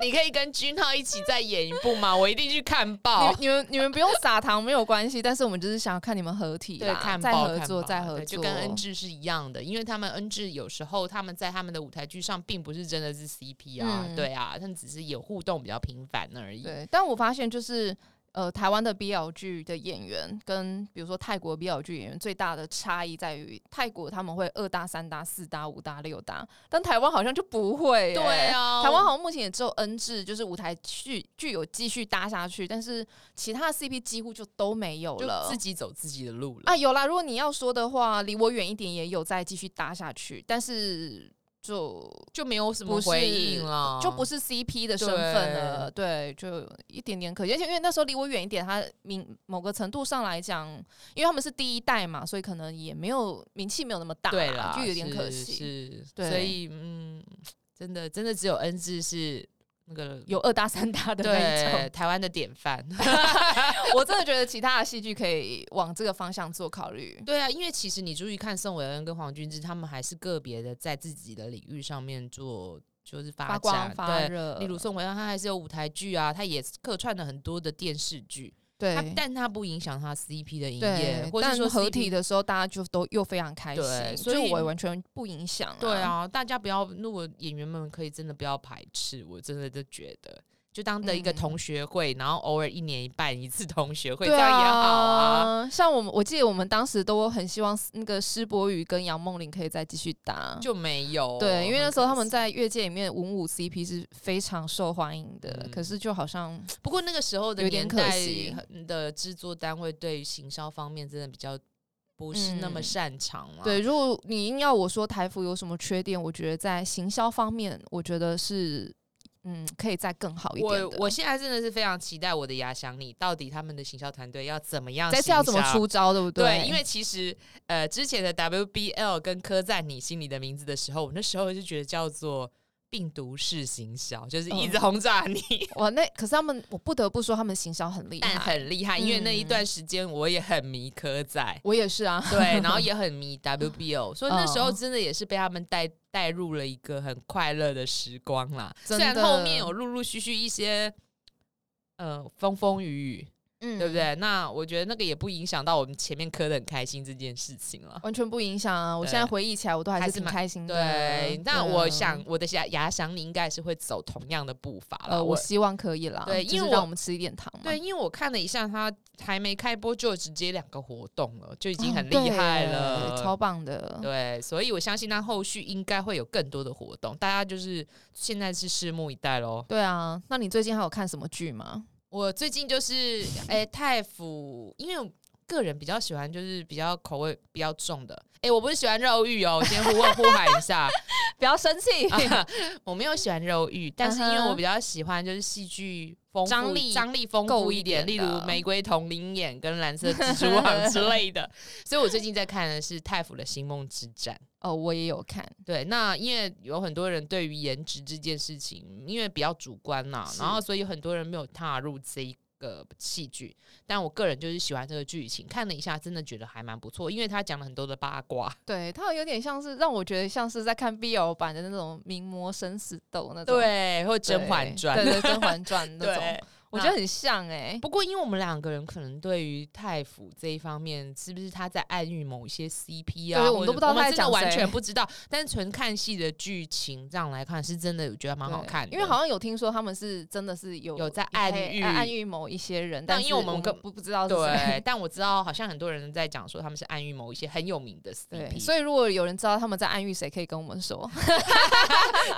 Speaker 2: 你可以跟君浩一起再演一部吗？我一定去看爆。
Speaker 1: 你们你们你们不用撒糖没有关系，但是我们就是想要看你们合体啦，
Speaker 2: 对，看
Speaker 1: 再
Speaker 2: 爆
Speaker 1: 合
Speaker 2: 看
Speaker 1: 作
Speaker 2: 爆
Speaker 1: 再
Speaker 2: 对
Speaker 1: 合作，
Speaker 2: 就跟恩智是一样的，因为他们恩智有时候他们在他们的舞台剧上并不是真的是 CP 啊，
Speaker 1: 嗯
Speaker 2: 对啊，他们只是有互动比较频繁而已。
Speaker 1: 对。但我发现就是呃，台湾的 BL 剧的演员跟比如说泰国 BL 剧演员最大的差异在于，泰国他们会二搭、三搭、四搭、五搭、六搭，但台湾好像就不会、欸。
Speaker 2: 对啊，
Speaker 1: 台湾好像目前也只有 N 制，就是舞台剧剧有继续搭下去，但是其他的 CP 几乎就都没有
Speaker 2: 就
Speaker 1: 了，
Speaker 2: 自己走自己的
Speaker 1: 啊
Speaker 2: 路了。
Speaker 1: 啊，有啦。如果你要说的话，离我远一点也有再继续搭下去，但是就
Speaker 2: 就没有什
Speaker 1: 不
Speaker 2: 么
Speaker 1: 是
Speaker 2: 回应了，
Speaker 1: 就不是 CP 的身份了，对，就一点点可惜。而且因为那时候离我远一点，他名某个程度上来讲，因为他们是第一代嘛，所以可能也没有名气没有那么大，
Speaker 2: 对啦，
Speaker 1: 就有点可
Speaker 2: 是
Speaker 1: 惜。
Speaker 2: 是，
Speaker 1: 对
Speaker 2: 所以嗯，真的真的只有恩智是那个
Speaker 1: 有二搭三搭的那一
Speaker 2: 对
Speaker 1: 种，
Speaker 2: 台湾的典范。
Speaker 1: 我真的觉得其他的戏剧可以往这个方向做考 虑。
Speaker 2: 对啊，因为其实你注意看宋伟恩跟黄君志，他们还是个别的在自己的领域上面做就是发
Speaker 1: 发
Speaker 2: 展，
Speaker 1: 光发
Speaker 2: 对。
Speaker 1: 热，
Speaker 2: 例如宋伟恩，他还是有舞台剧啊，他也客串了很多的电视剧，他
Speaker 1: 对
Speaker 2: 但他不影响他 CP 的营业，
Speaker 1: 对，
Speaker 2: 或者
Speaker 1: 但
Speaker 2: 说
Speaker 1: 合体
Speaker 2: 的。
Speaker 1: 的时候，大家就都又非常开
Speaker 2: 对
Speaker 1: 心，
Speaker 2: 所
Speaker 1: 所
Speaker 2: 以
Speaker 1: 以我完全不影响。
Speaker 2: 对，啊，大家不要，如果演员们可以真的不要排斥，我真的就觉得，就当的一个
Speaker 1: 嗯
Speaker 2: 同学会，然后偶尔一年办一次同学会，
Speaker 1: 对
Speaker 2: 这样也好啊。
Speaker 1: 啊。像我们，我记得我们当时都很希望那个施柏宇跟杨梦玲可以再继续搭。
Speaker 2: 就没有
Speaker 1: 对，因为那时候他们
Speaker 2: 在。
Speaker 1: 在乐界里面文武 CP 是非常受欢迎的，
Speaker 2: 嗯
Speaker 1: 可是就好像
Speaker 2: 不过那个时候的
Speaker 1: 有
Speaker 2: 年
Speaker 1: 点
Speaker 2: 代
Speaker 1: 可惜
Speaker 2: 的制作单位对于行销方面真的比较不是那么
Speaker 1: 嗯
Speaker 2: 擅长啊了、
Speaker 1: 对，如果你硬要我说台服有什么缺点，我觉得在行销方面，我觉得是嗯可以再更好一点
Speaker 2: 我
Speaker 1: 的。
Speaker 2: 我现在真的是非常期待我的牙想你到底他们的行销团队要怎么样，
Speaker 1: 这次要怎么出？招，对不
Speaker 2: 对，因为其实呃，之前的 WBL 跟刻在你心里的名字的时候，我那时候就觉得叫做病毒式行销，就是一直轰炸你，
Speaker 1: 哇，那可是他们，我不得不说他们行销很厉
Speaker 2: 但
Speaker 1: 害。
Speaker 2: 很厉害，因为那一
Speaker 1: 嗯
Speaker 2: 段时间我也很迷刻在，
Speaker 1: 我也是啊，
Speaker 2: 对，然后也很迷 WBO，所以那时候
Speaker 1: 嗯
Speaker 2: 真的也是被他们带带入了一个很快乐的时光啦。虽
Speaker 1: 真
Speaker 2: 然
Speaker 1: 的
Speaker 2: 后面有陆陆续续一些呃风风雨雨，
Speaker 1: 嗯
Speaker 2: 对不？对？那我觉得那个也不影响到我们前面磕的很开心这件事情了。
Speaker 1: 完全不影响啊！我
Speaker 2: 对
Speaker 1: 现在回忆起来，我都还
Speaker 2: 还
Speaker 1: 是
Speaker 2: 是
Speaker 1: 挺
Speaker 2: 蛮
Speaker 1: 开心的。
Speaker 2: 对，
Speaker 1: 对
Speaker 2: 那
Speaker 1: 啊
Speaker 2: 我想，我的牙牙想你应该是会走同样的步伐了。
Speaker 1: 呃，我
Speaker 2: 我
Speaker 1: 希望可以啦。
Speaker 2: 对
Speaker 1: 就是
Speaker 2: 因为我
Speaker 1: 让我们吃一点糖嘛。
Speaker 2: 对，，因为我看了一下，他还没开播就直接两个活动了，就已经
Speaker 1: 哦
Speaker 2: 很
Speaker 1: 对
Speaker 2: 厉害
Speaker 1: 耶
Speaker 2: 了，
Speaker 1: 超棒的。
Speaker 2: 对，所以我相信他后续应该会有更多的活动，大家就是现在是拭目以待喽。
Speaker 1: 对啊，那你最近还有看什么剧吗？
Speaker 2: 我最近就是哎、太府，因为我个人比较喜欢就是比较口味比较重的。哎、我不是喜欢肉欲哦，我先呼唤呼喊一下、
Speaker 1: 不要生气
Speaker 2: 啊 我没有喜欢肉欲，但是因为
Speaker 1: 嗯哼
Speaker 2: 我比较喜欢就是戏剧丰富
Speaker 1: 张力
Speaker 2: 张力丰富
Speaker 1: 够
Speaker 2: 一
Speaker 1: 一
Speaker 2: 点，
Speaker 1: 点
Speaker 2: 例
Speaker 1: 的
Speaker 2: 如《玫瑰同林眼》跟《蓝色蜘蛛网》之 类的。所以我最近在看的是太府的《星梦之战》。
Speaker 1: 哦，我也有看，
Speaker 2: 对，那因为有很多人对于颜值这件事情，因为比较主观啦，
Speaker 1: 是
Speaker 2: 然后所以有很多人没有踏入这一个戏剧。但我个人就是喜欢这个剧情，看了一下，真的觉得还蛮不错，因为他讲了很多的八卦。
Speaker 1: 对，它有点像是让我觉得像是在看 BL 版的那种名模生死斗那种，对，
Speaker 2: 对， 或《甄嬛传
Speaker 1: 对》对，《甄嬛 传》那
Speaker 2: 对
Speaker 1: 种，我觉得很像哎。
Speaker 2: 不过，因为我们两个人可能对于太府这一方面，是不是他在暗喻某一些 CP 啊？
Speaker 1: 对
Speaker 2: 或
Speaker 1: 我们都
Speaker 2: 者
Speaker 1: 不知道
Speaker 2: 我们
Speaker 1: 他在
Speaker 2: 真的
Speaker 1: 讲
Speaker 2: 完
Speaker 1: 谁
Speaker 2: 全不知道。但是纯看戏的剧情这样来看，是真的我觉得蛮好
Speaker 1: 对
Speaker 2: 看的，
Speaker 1: 因为好像有听说他们是真的是有
Speaker 2: 有在暗
Speaker 1: 哎
Speaker 2: 喻
Speaker 1: 暗喻某一些人，
Speaker 2: 但
Speaker 1: 但
Speaker 2: 因为
Speaker 1: 是
Speaker 2: 我
Speaker 1: 我
Speaker 2: 们跟
Speaker 1: 不不知道是谁。
Speaker 2: 对，但我知道好像很多人在讲说他们是暗喻某一些很有名的 CP，
Speaker 1: 对，所以如果有人知道他们在暗喻谁，可以跟我们说。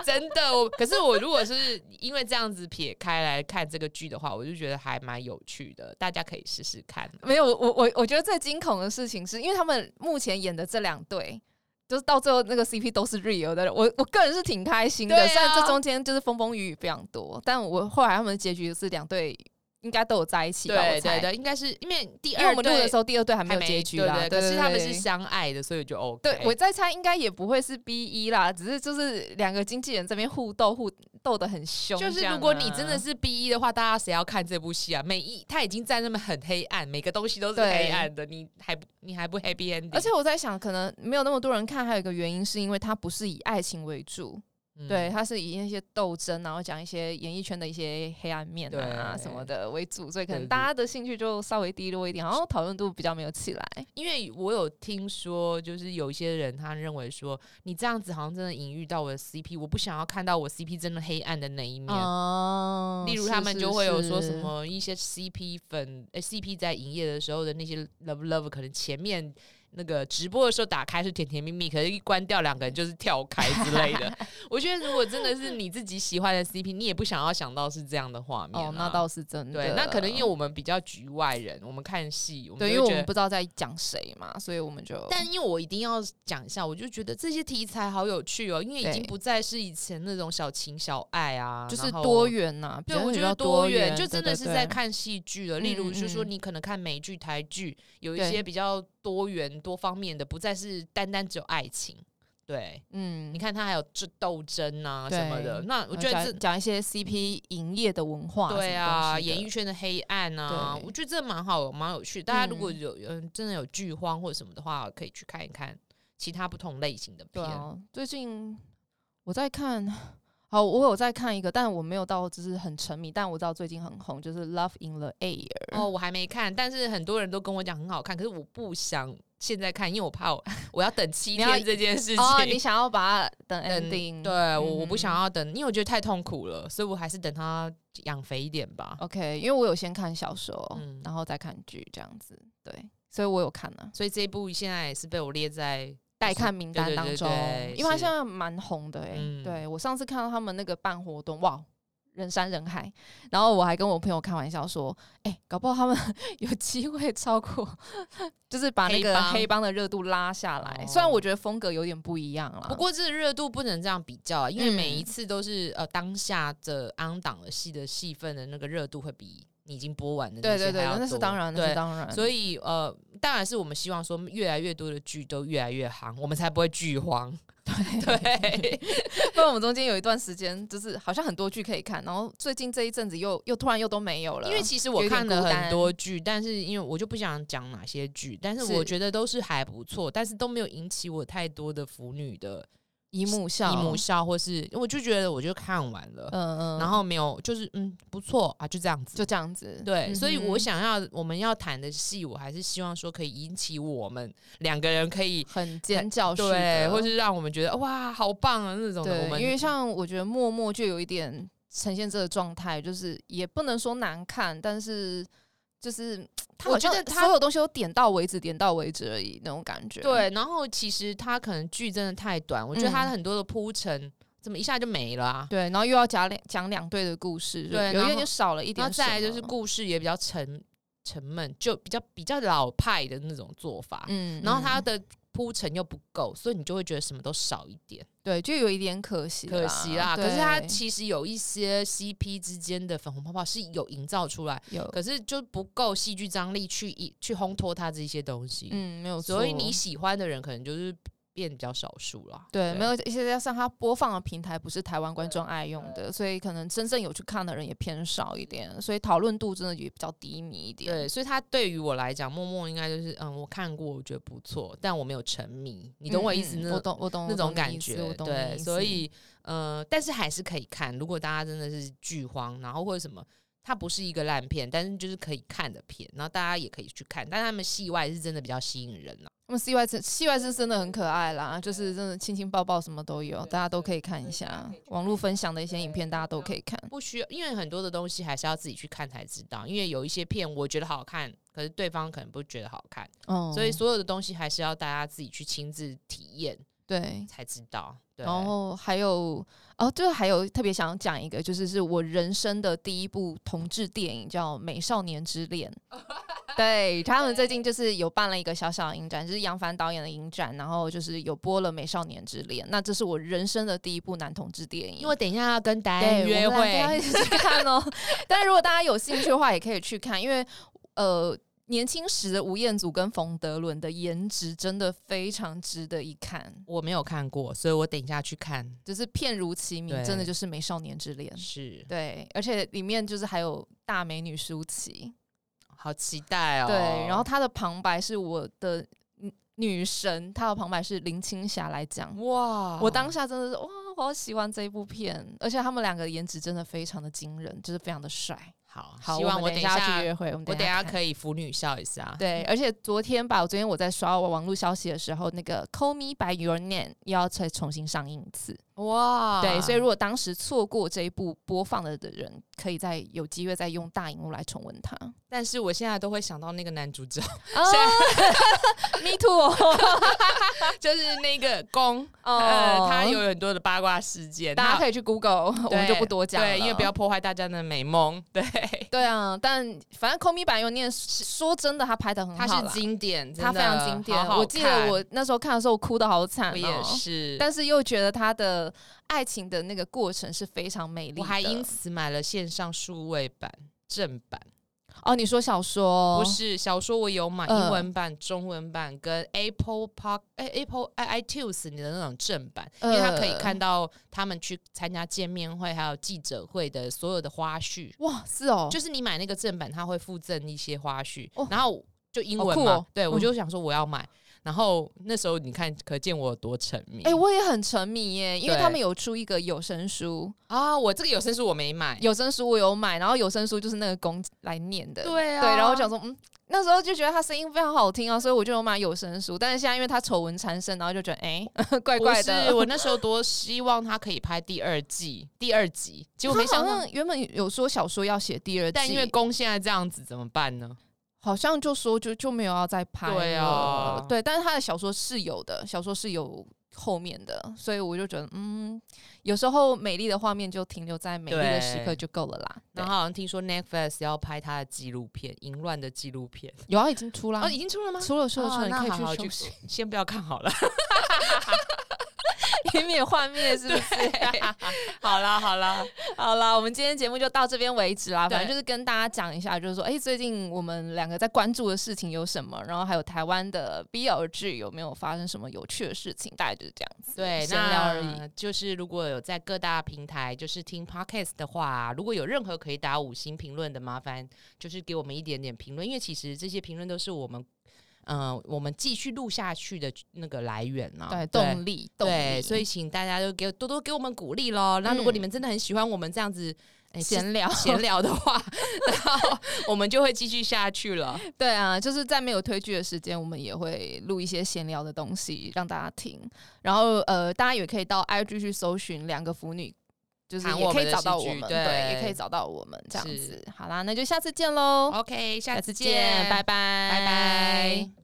Speaker 2: 真的我，可是我如果是因为这样子撇开来看这个剧的话，我就觉得还蛮有趣的，大家可以试试看。啊
Speaker 1: 没有，我我我觉得最惊恐的事情是因为他们目前演的这两对，就是到最后那个 CP 都是 real 的。我我个人是挺开心的，
Speaker 2: 对啊
Speaker 1: 虽然这中间就是风风雨雨非常多，但我后来他们的结局是两对应该都有在一起吧？
Speaker 2: 对
Speaker 1: 我
Speaker 2: 对
Speaker 1: 猜，
Speaker 2: 对，应该是因为第
Speaker 1: 因为
Speaker 2: 二
Speaker 1: 我们录的时
Speaker 2: 候
Speaker 1: 候第二对还没
Speaker 2: 还
Speaker 1: 有结局啦，
Speaker 2: 对
Speaker 1: 对
Speaker 2: 可是他们是
Speaker 1: 对
Speaker 2: 相爱的，所以就 OK。
Speaker 1: 对，我在猜应该也不会是 B 一啦，只是就是两个经纪人这边互斗互斗的很凶这
Speaker 2: 就
Speaker 1: 样啊、
Speaker 2: 是如果你真的是 B 一的话，大家谁要看这部戏啊？每一他已经在那么很黑暗，每个东西都是
Speaker 1: 对
Speaker 2: 黑暗的，你还不你还不 happy ending？
Speaker 1: 而且我在想，可能没有那么多人看，还有一个原因是因为它不是以爱情为主，
Speaker 2: 嗯
Speaker 1: 对，它是以那些斗争，然后讲一些演艺圈的一些黑暗面啊
Speaker 2: 对
Speaker 1: 什么的为主，所以可
Speaker 2: 对
Speaker 1: 能
Speaker 2: 对
Speaker 1: 大家的兴趣就稍微低落一点，然后讨论度比较没有起来。
Speaker 2: 因为我有听说，就是有一些人他认为说，你这样子好像真的隐喻到我的 CP，我不想要看到我 CP 真的黑暗的那一面。
Speaker 1: 哦
Speaker 2: 嗯例如，他们就会有说什，么一些 CP 粉，呃、c p 在营业的时候的那些 love love，可能前面那个直播的时候打开是甜甜蜜蜜，可是一关掉两个人就是跳开之类 的。我觉得如果真的是你自己喜欢的 CP，你也不想要想到是这样的画面、啊。
Speaker 1: 哦，那倒是真的。
Speaker 2: 对，那可能因为我们比较局外人，我们看戏，我们
Speaker 1: 对，因
Speaker 2: 就
Speaker 1: 为我
Speaker 2: 会觉
Speaker 1: 们
Speaker 2: 得。
Speaker 1: 不知道在讲谁嘛，所以我们就
Speaker 2: 但因为我一定要讲一下，我就觉得这些题材好有趣哦，因为已经
Speaker 1: 对
Speaker 2: 不再是以前那种小情小爱啊，
Speaker 1: 就是
Speaker 2: 然后
Speaker 1: 多元呐、比
Speaker 2: 对，
Speaker 1: 较
Speaker 2: 我觉
Speaker 1: 比较
Speaker 2: 得
Speaker 1: 多
Speaker 2: 元就真的
Speaker 1: 对
Speaker 2: 是
Speaker 1: 对
Speaker 2: 在
Speaker 1: 对
Speaker 2: 看戏剧了。
Speaker 1: 嗯
Speaker 2: 例如，就是说
Speaker 1: 嗯嗯
Speaker 2: 你可能看美剧、台剧，有一
Speaker 1: 对
Speaker 2: 些比较多元、多方面的，不再是单单只有爱情。对，
Speaker 1: 嗯
Speaker 2: 你看它还有这斗争啊什么的。
Speaker 1: 对
Speaker 2: 那我觉得
Speaker 1: 讲
Speaker 2: 这
Speaker 1: 讲一些 CP 营业的文化什么东西的，
Speaker 2: 对啊，演艺圈的黑暗啊，
Speaker 1: 对
Speaker 2: 我觉得这蛮好、蛮有趣。大家如果
Speaker 1: 嗯
Speaker 2: 有嗯真的有剧荒或者什么的话，可以去看一看其他不同类型的
Speaker 1: 对
Speaker 2: 片。
Speaker 1: 啊，最近我在看，好，我有在看一个，但我没有到就是很沉迷，但我知道最近很红，就是《Love in the Air》。
Speaker 2: 哦，我还没看，但是很多人都跟我讲很好看，可是我不想现在看，因为我怕我 我要等七
Speaker 1: 你要
Speaker 2: 天这件事情。
Speaker 1: 哦，你想要把它等
Speaker 2: 等
Speaker 1: ending？
Speaker 2: 嗯对我我不想
Speaker 1: 嗯
Speaker 2: 要等，因为我觉得太痛苦了，所以我还是等它养肥一点吧。
Speaker 1: OK，因为我有先看小说，
Speaker 2: 嗯
Speaker 1: 然后再看剧这样子，对，所以我有看啊呢、
Speaker 2: 所以这一部现在也是被我列在
Speaker 1: 待看名单当中，
Speaker 2: 对对对对
Speaker 1: 因为它
Speaker 2: 是
Speaker 1: 现在蛮红的哎、
Speaker 2: 嗯
Speaker 1: 对我上次看到他们那个办活动，哇，人山人海，然后我还跟我朋友开玩笑说，哎、搞不好他们 有机会超过，就是把那
Speaker 2: 黑
Speaker 1: 个
Speaker 2: 帮
Speaker 1: 黑帮的热度拉下来。
Speaker 2: 哦
Speaker 1: 虽然我觉得风格有点不一样啦，
Speaker 2: 不过这个热度不能这样比较啊，因为
Speaker 1: 嗯
Speaker 2: 每一次都是、呃当下的安档的戏的戏份的那个热度会比你已经播完的那
Speaker 1: 对
Speaker 2: 些
Speaker 1: 对对，
Speaker 2: 还要
Speaker 1: 那是
Speaker 2: 多
Speaker 1: 当然，那
Speaker 2: 对
Speaker 1: 是。当然，
Speaker 2: 所以呃，当然是我们希望说越来越多的剧都越来越行，我们才不会剧荒。 对
Speaker 1: 不然我们中间有一段时间就是好像很多剧可以看，然后最近这一阵子又又突然又都没有了，
Speaker 2: 因为其实我
Speaker 1: 有点
Speaker 2: 看了
Speaker 1: 孤单
Speaker 2: 很多剧，但是因为我就不想讲哪些剧，但是
Speaker 1: 是
Speaker 2: 我觉得都是还不错，但是都没有引起我太多的腐女的
Speaker 1: 姨母笑，
Speaker 2: 一母笑，或是我就觉得我就看完了，
Speaker 1: 嗯嗯，
Speaker 2: 然后没有就是嗯不错啊，就嗯这样子。
Speaker 1: 就这样子，嗯
Speaker 2: 对，所以我
Speaker 1: 想。
Speaker 2: 想要我们要谈的戏，我还是希望说可以引起我们两个人可以
Speaker 1: 很尖叫式的，
Speaker 2: 对，或是让我们觉得哇好棒啊那种的。我
Speaker 1: 对，
Speaker 2: 们
Speaker 1: 因为像我觉得默默就有一点呈现这个状态，就是也不能说难看，但是就是他
Speaker 2: 我觉得
Speaker 1: 他
Speaker 2: 他
Speaker 1: 所有东西都点到为止，点到为止而已那种感觉。
Speaker 2: 对，嗯然后其实它可能剧真的太短，我觉得它很多的铺陈、怎么一下就没了啊。
Speaker 1: 对，然后又要讲两讲两队的故事，就
Speaker 2: 对
Speaker 1: 有一
Speaker 2: 然
Speaker 1: 点
Speaker 2: 后
Speaker 1: 就少了一点
Speaker 2: 然后再来就是
Speaker 1: 什么
Speaker 2: 故事也比较沉沉闷，就比较比较老派的那种做法，
Speaker 1: 嗯，
Speaker 2: 然后
Speaker 1: 嗯
Speaker 2: 它的铺陈又不够，所以你就会觉得什么都少一点，
Speaker 1: 对就有一点可惜，
Speaker 2: 可惜啦。可是它
Speaker 1: 啊对
Speaker 2: 其实有一些 CP 之间的粉红泡泡是有营造出来，
Speaker 1: 有
Speaker 2: 可是就不够戏剧张力去一去烘托它这些东西，
Speaker 1: 嗯没有错，
Speaker 2: 所以你喜欢的人可能就是变比较少数啦。
Speaker 1: 对，没有，而且加上它播放的平台不是台湾观众爱用的，所以可能真正有去看的人也偏少一点，所以讨论度真的也比较低迷一点。嗯
Speaker 2: 对，所以他对于我来讲，默默应该就是嗯，我看过，我觉得不错，但我没有沉迷，你
Speaker 1: 嗯，
Speaker 2: 懂我意思？
Speaker 1: 嗯
Speaker 2: 那
Speaker 1: 我
Speaker 2: 种
Speaker 1: 懂，我懂
Speaker 2: 那种
Speaker 1: 我懂你
Speaker 2: 感
Speaker 1: 意思
Speaker 2: 觉
Speaker 1: 我，懂你
Speaker 2: 对，
Speaker 1: 意思
Speaker 2: 所以呃，但是还是可以看。如果大家真的是剧荒，然后或者什么，它不是一个烂片，但是就是可以看的片，然后大家也可以去看。但他们戏外是真的比较吸引人啊。
Speaker 1: 那么 C Y 是 C Y 是真的很可爱啦，就是真的亲亲抱抱什么都有，大家都可以看一下。网络分享的一些影片，大家都可以看。
Speaker 2: 不需要，因为很多的东西还是要自己去看才知道。因为有一些片我觉得好看，可是对方可能不觉得好看，
Speaker 1: 嗯，
Speaker 2: 所以所有的东西还是要大家自己去亲自体验
Speaker 1: 对。
Speaker 2: 才知道。对，
Speaker 1: 然后还有哦，就还有特别想讲一个，就是是我人生的第一部同志电影，叫《美少年之恋》。 对他们最近就是有办了一个小小的影展，就是杨凡导演的影展，然后就是有播了《美少年之恋》，那这是我人生的第一部男同志电影。
Speaker 2: 因为等一下要跟达
Speaker 1: 对，
Speaker 2: 安约
Speaker 1: 我们两个要
Speaker 2: 会
Speaker 1: 一，起去看哦。 但是如果大家有兴趣的话，也可以去看，因为呃，年轻时的吴彦祖跟冯德伦的颜值真的非常值得一看，
Speaker 2: 我没有看过，所以我等一下去看。
Speaker 1: 就是片如其名，
Speaker 2: 对
Speaker 1: 真的就是《美少年之恋》。
Speaker 2: 是，
Speaker 1: 对，而且里面就是还有大美女舒淇，
Speaker 2: 好期待哦。
Speaker 1: 对，然后她的旁白是我的女女神，她的旁白是林青霞来讲。
Speaker 2: 哇，
Speaker 1: 我当下真的是哇，我好喜欢这一部片，而且他们两个颜值真的非常的惊人，就是非常的帅。
Speaker 2: 好，
Speaker 1: 好，
Speaker 2: 希望
Speaker 1: 我们
Speaker 2: 我等
Speaker 1: 一
Speaker 2: 一
Speaker 1: 下
Speaker 2: 下
Speaker 1: 去，约会，我们
Speaker 2: 我
Speaker 1: 等
Speaker 2: 等一下
Speaker 1: 看
Speaker 2: 可以腐女笑一下。
Speaker 1: 对，而且昨天吧，我昨天我在刷网络消息的时候，那个《Call Me by Your Name》又要再重新上映一次，
Speaker 2: 哇
Speaker 1: 对，所以
Speaker 2: 以
Speaker 1: 如果当时错过这一部播放的的人，可以再有机会再用大荧幕来重温它。
Speaker 2: 但是我现在都会想到那个男主角，
Speaker 1: Me too，
Speaker 2: 就是那个公，
Speaker 1: 哦
Speaker 2: 呃，他有很多的八卦事件，
Speaker 1: 大家
Speaker 2: 以
Speaker 1: 可以去 Google，我们就不多讲了，
Speaker 2: 对，因为不要破坏大家的美梦。对，
Speaker 1: 对啊，但反正《Call Me By Your Name》说真的，他拍的很好
Speaker 2: 它
Speaker 1: 啦，
Speaker 2: 是经典，
Speaker 1: 他
Speaker 2: 真
Speaker 1: 非
Speaker 2: 的
Speaker 1: 常经典。
Speaker 2: 好好
Speaker 1: 我记得
Speaker 2: 看
Speaker 1: 我那时候看的时候，我哭的好惨、哦，
Speaker 2: 我也嗯是，
Speaker 1: 但是又觉得他的爱情的那个过程是非常美丽的。
Speaker 2: 我还因此买了线上数位版。正版
Speaker 1: 哦，你说小说哦
Speaker 2: 不是小说，我有买
Speaker 1: 嗯
Speaker 2: 英文版、中文版跟 Apple Park、哎 Apple i iTunes 你的那种正版，因为它可以
Speaker 1: 呃
Speaker 2: 看到他们去参加见面会还有记者会的所有的花絮。
Speaker 1: 哇，是哦，
Speaker 2: 就是你买那个正版，它会附赠一些花絮，
Speaker 1: 哦
Speaker 2: 然后就英
Speaker 1: 好
Speaker 2: 文
Speaker 1: 酷
Speaker 2: 嘛，
Speaker 1: 哦
Speaker 2: 对
Speaker 1: 嗯
Speaker 2: 我就想说我要买。然后那时候你看，可见我有多沉迷。
Speaker 1: 哎、我也很沉迷耶，因为
Speaker 2: 对
Speaker 1: 他们有出一个有声书，
Speaker 2: 啊，我这个有声书我没买，
Speaker 1: 有声书我有买，然后有声书就是那个公来念的，
Speaker 2: 对啊，
Speaker 1: 对，然后我想说，嗯，那时候就觉得他声音非常好听啊，所以我就有买有声书。但是现在因为他丑闻缠身，然后就觉得哎、 怪
Speaker 2: 不
Speaker 1: 怪
Speaker 2: 是
Speaker 1: 的。
Speaker 2: 我那时候多希望它可以拍第二季、第二集，结果没
Speaker 1: 他
Speaker 2: 想
Speaker 1: 好
Speaker 2: 到。
Speaker 1: 像原本有说小说要写第二季，
Speaker 2: 但因为公现在这样子怎么办呢？
Speaker 1: 好像就说就就没有要再拍了，
Speaker 2: 对啊
Speaker 1: 对但是他的小说是有的，小说是有后面的，所以我就觉得，嗯，有时候美丽的画面就停留在美丽的时刻
Speaker 2: 对
Speaker 1: 就够了啦。对
Speaker 2: 然后好像听说 Netflix 要拍他的纪录片《淫乱的纪录片》
Speaker 1: 有啊，已经出啦，
Speaker 2: 哦，已经出了吗？
Speaker 1: 出了出了出了，
Speaker 2: 哦
Speaker 1: 你可
Speaker 2: 那
Speaker 1: 以
Speaker 2: 好好
Speaker 1: 去休
Speaker 2: 就
Speaker 1: 息，
Speaker 2: 先不要 看好了。
Speaker 1: 以免幻灭，是不是？
Speaker 2: 好啦好啦，
Speaker 1: 好啦，我们今天节目就到这边为止啦。
Speaker 2: 对
Speaker 1: 反正就是跟大家讲一下，就是说，哎、最近我们两个在关注的事情有什么，然后还有台湾的 BL 剧有没有发生什么有趣的事情，大概就是这样子。
Speaker 2: 对，
Speaker 1: 闲聊而已
Speaker 2: 那就是如果有在各大平台就是听 podcast 的话，如果有任何可以打五星评论的，麻烦就是给我们一点点评论，因为其实这些评论都是我们，嗯、我们继续录下去的那个来源啊。
Speaker 1: 对，动力，动
Speaker 2: 对，
Speaker 1: 力，
Speaker 2: 所以请大家都给多多给我们鼓励喽。那如果
Speaker 1: 嗯
Speaker 2: 你们真的很喜欢我们这样子，哎
Speaker 1: 闲聊
Speaker 2: 闲聊的话， 然后我们就会继续下去了。
Speaker 1: 对啊，就是在没有推剧的时间，我们也会录一些闲聊的东西让大家听。然后呃，大家也可以到 IG 去搜寻两个腐女，就是
Speaker 2: 谈
Speaker 1: 也
Speaker 2: 我
Speaker 1: 可
Speaker 2: 们
Speaker 1: 以
Speaker 2: 的
Speaker 1: 找到
Speaker 2: 戏
Speaker 1: 我
Speaker 2: 剧
Speaker 1: 们，
Speaker 2: 对
Speaker 1: 也可以找到我们这样
Speaker 2: 是
Speaker 1: 子。好啦，那就下次见喽，
Speaker 2: OK，下
Speaker 1: 哦下
Speaker 2: 次
Speaker 1: 次
Speaker 2: 见，
Speaker 1: 见，拜拜，
Speaker 2: 拜拜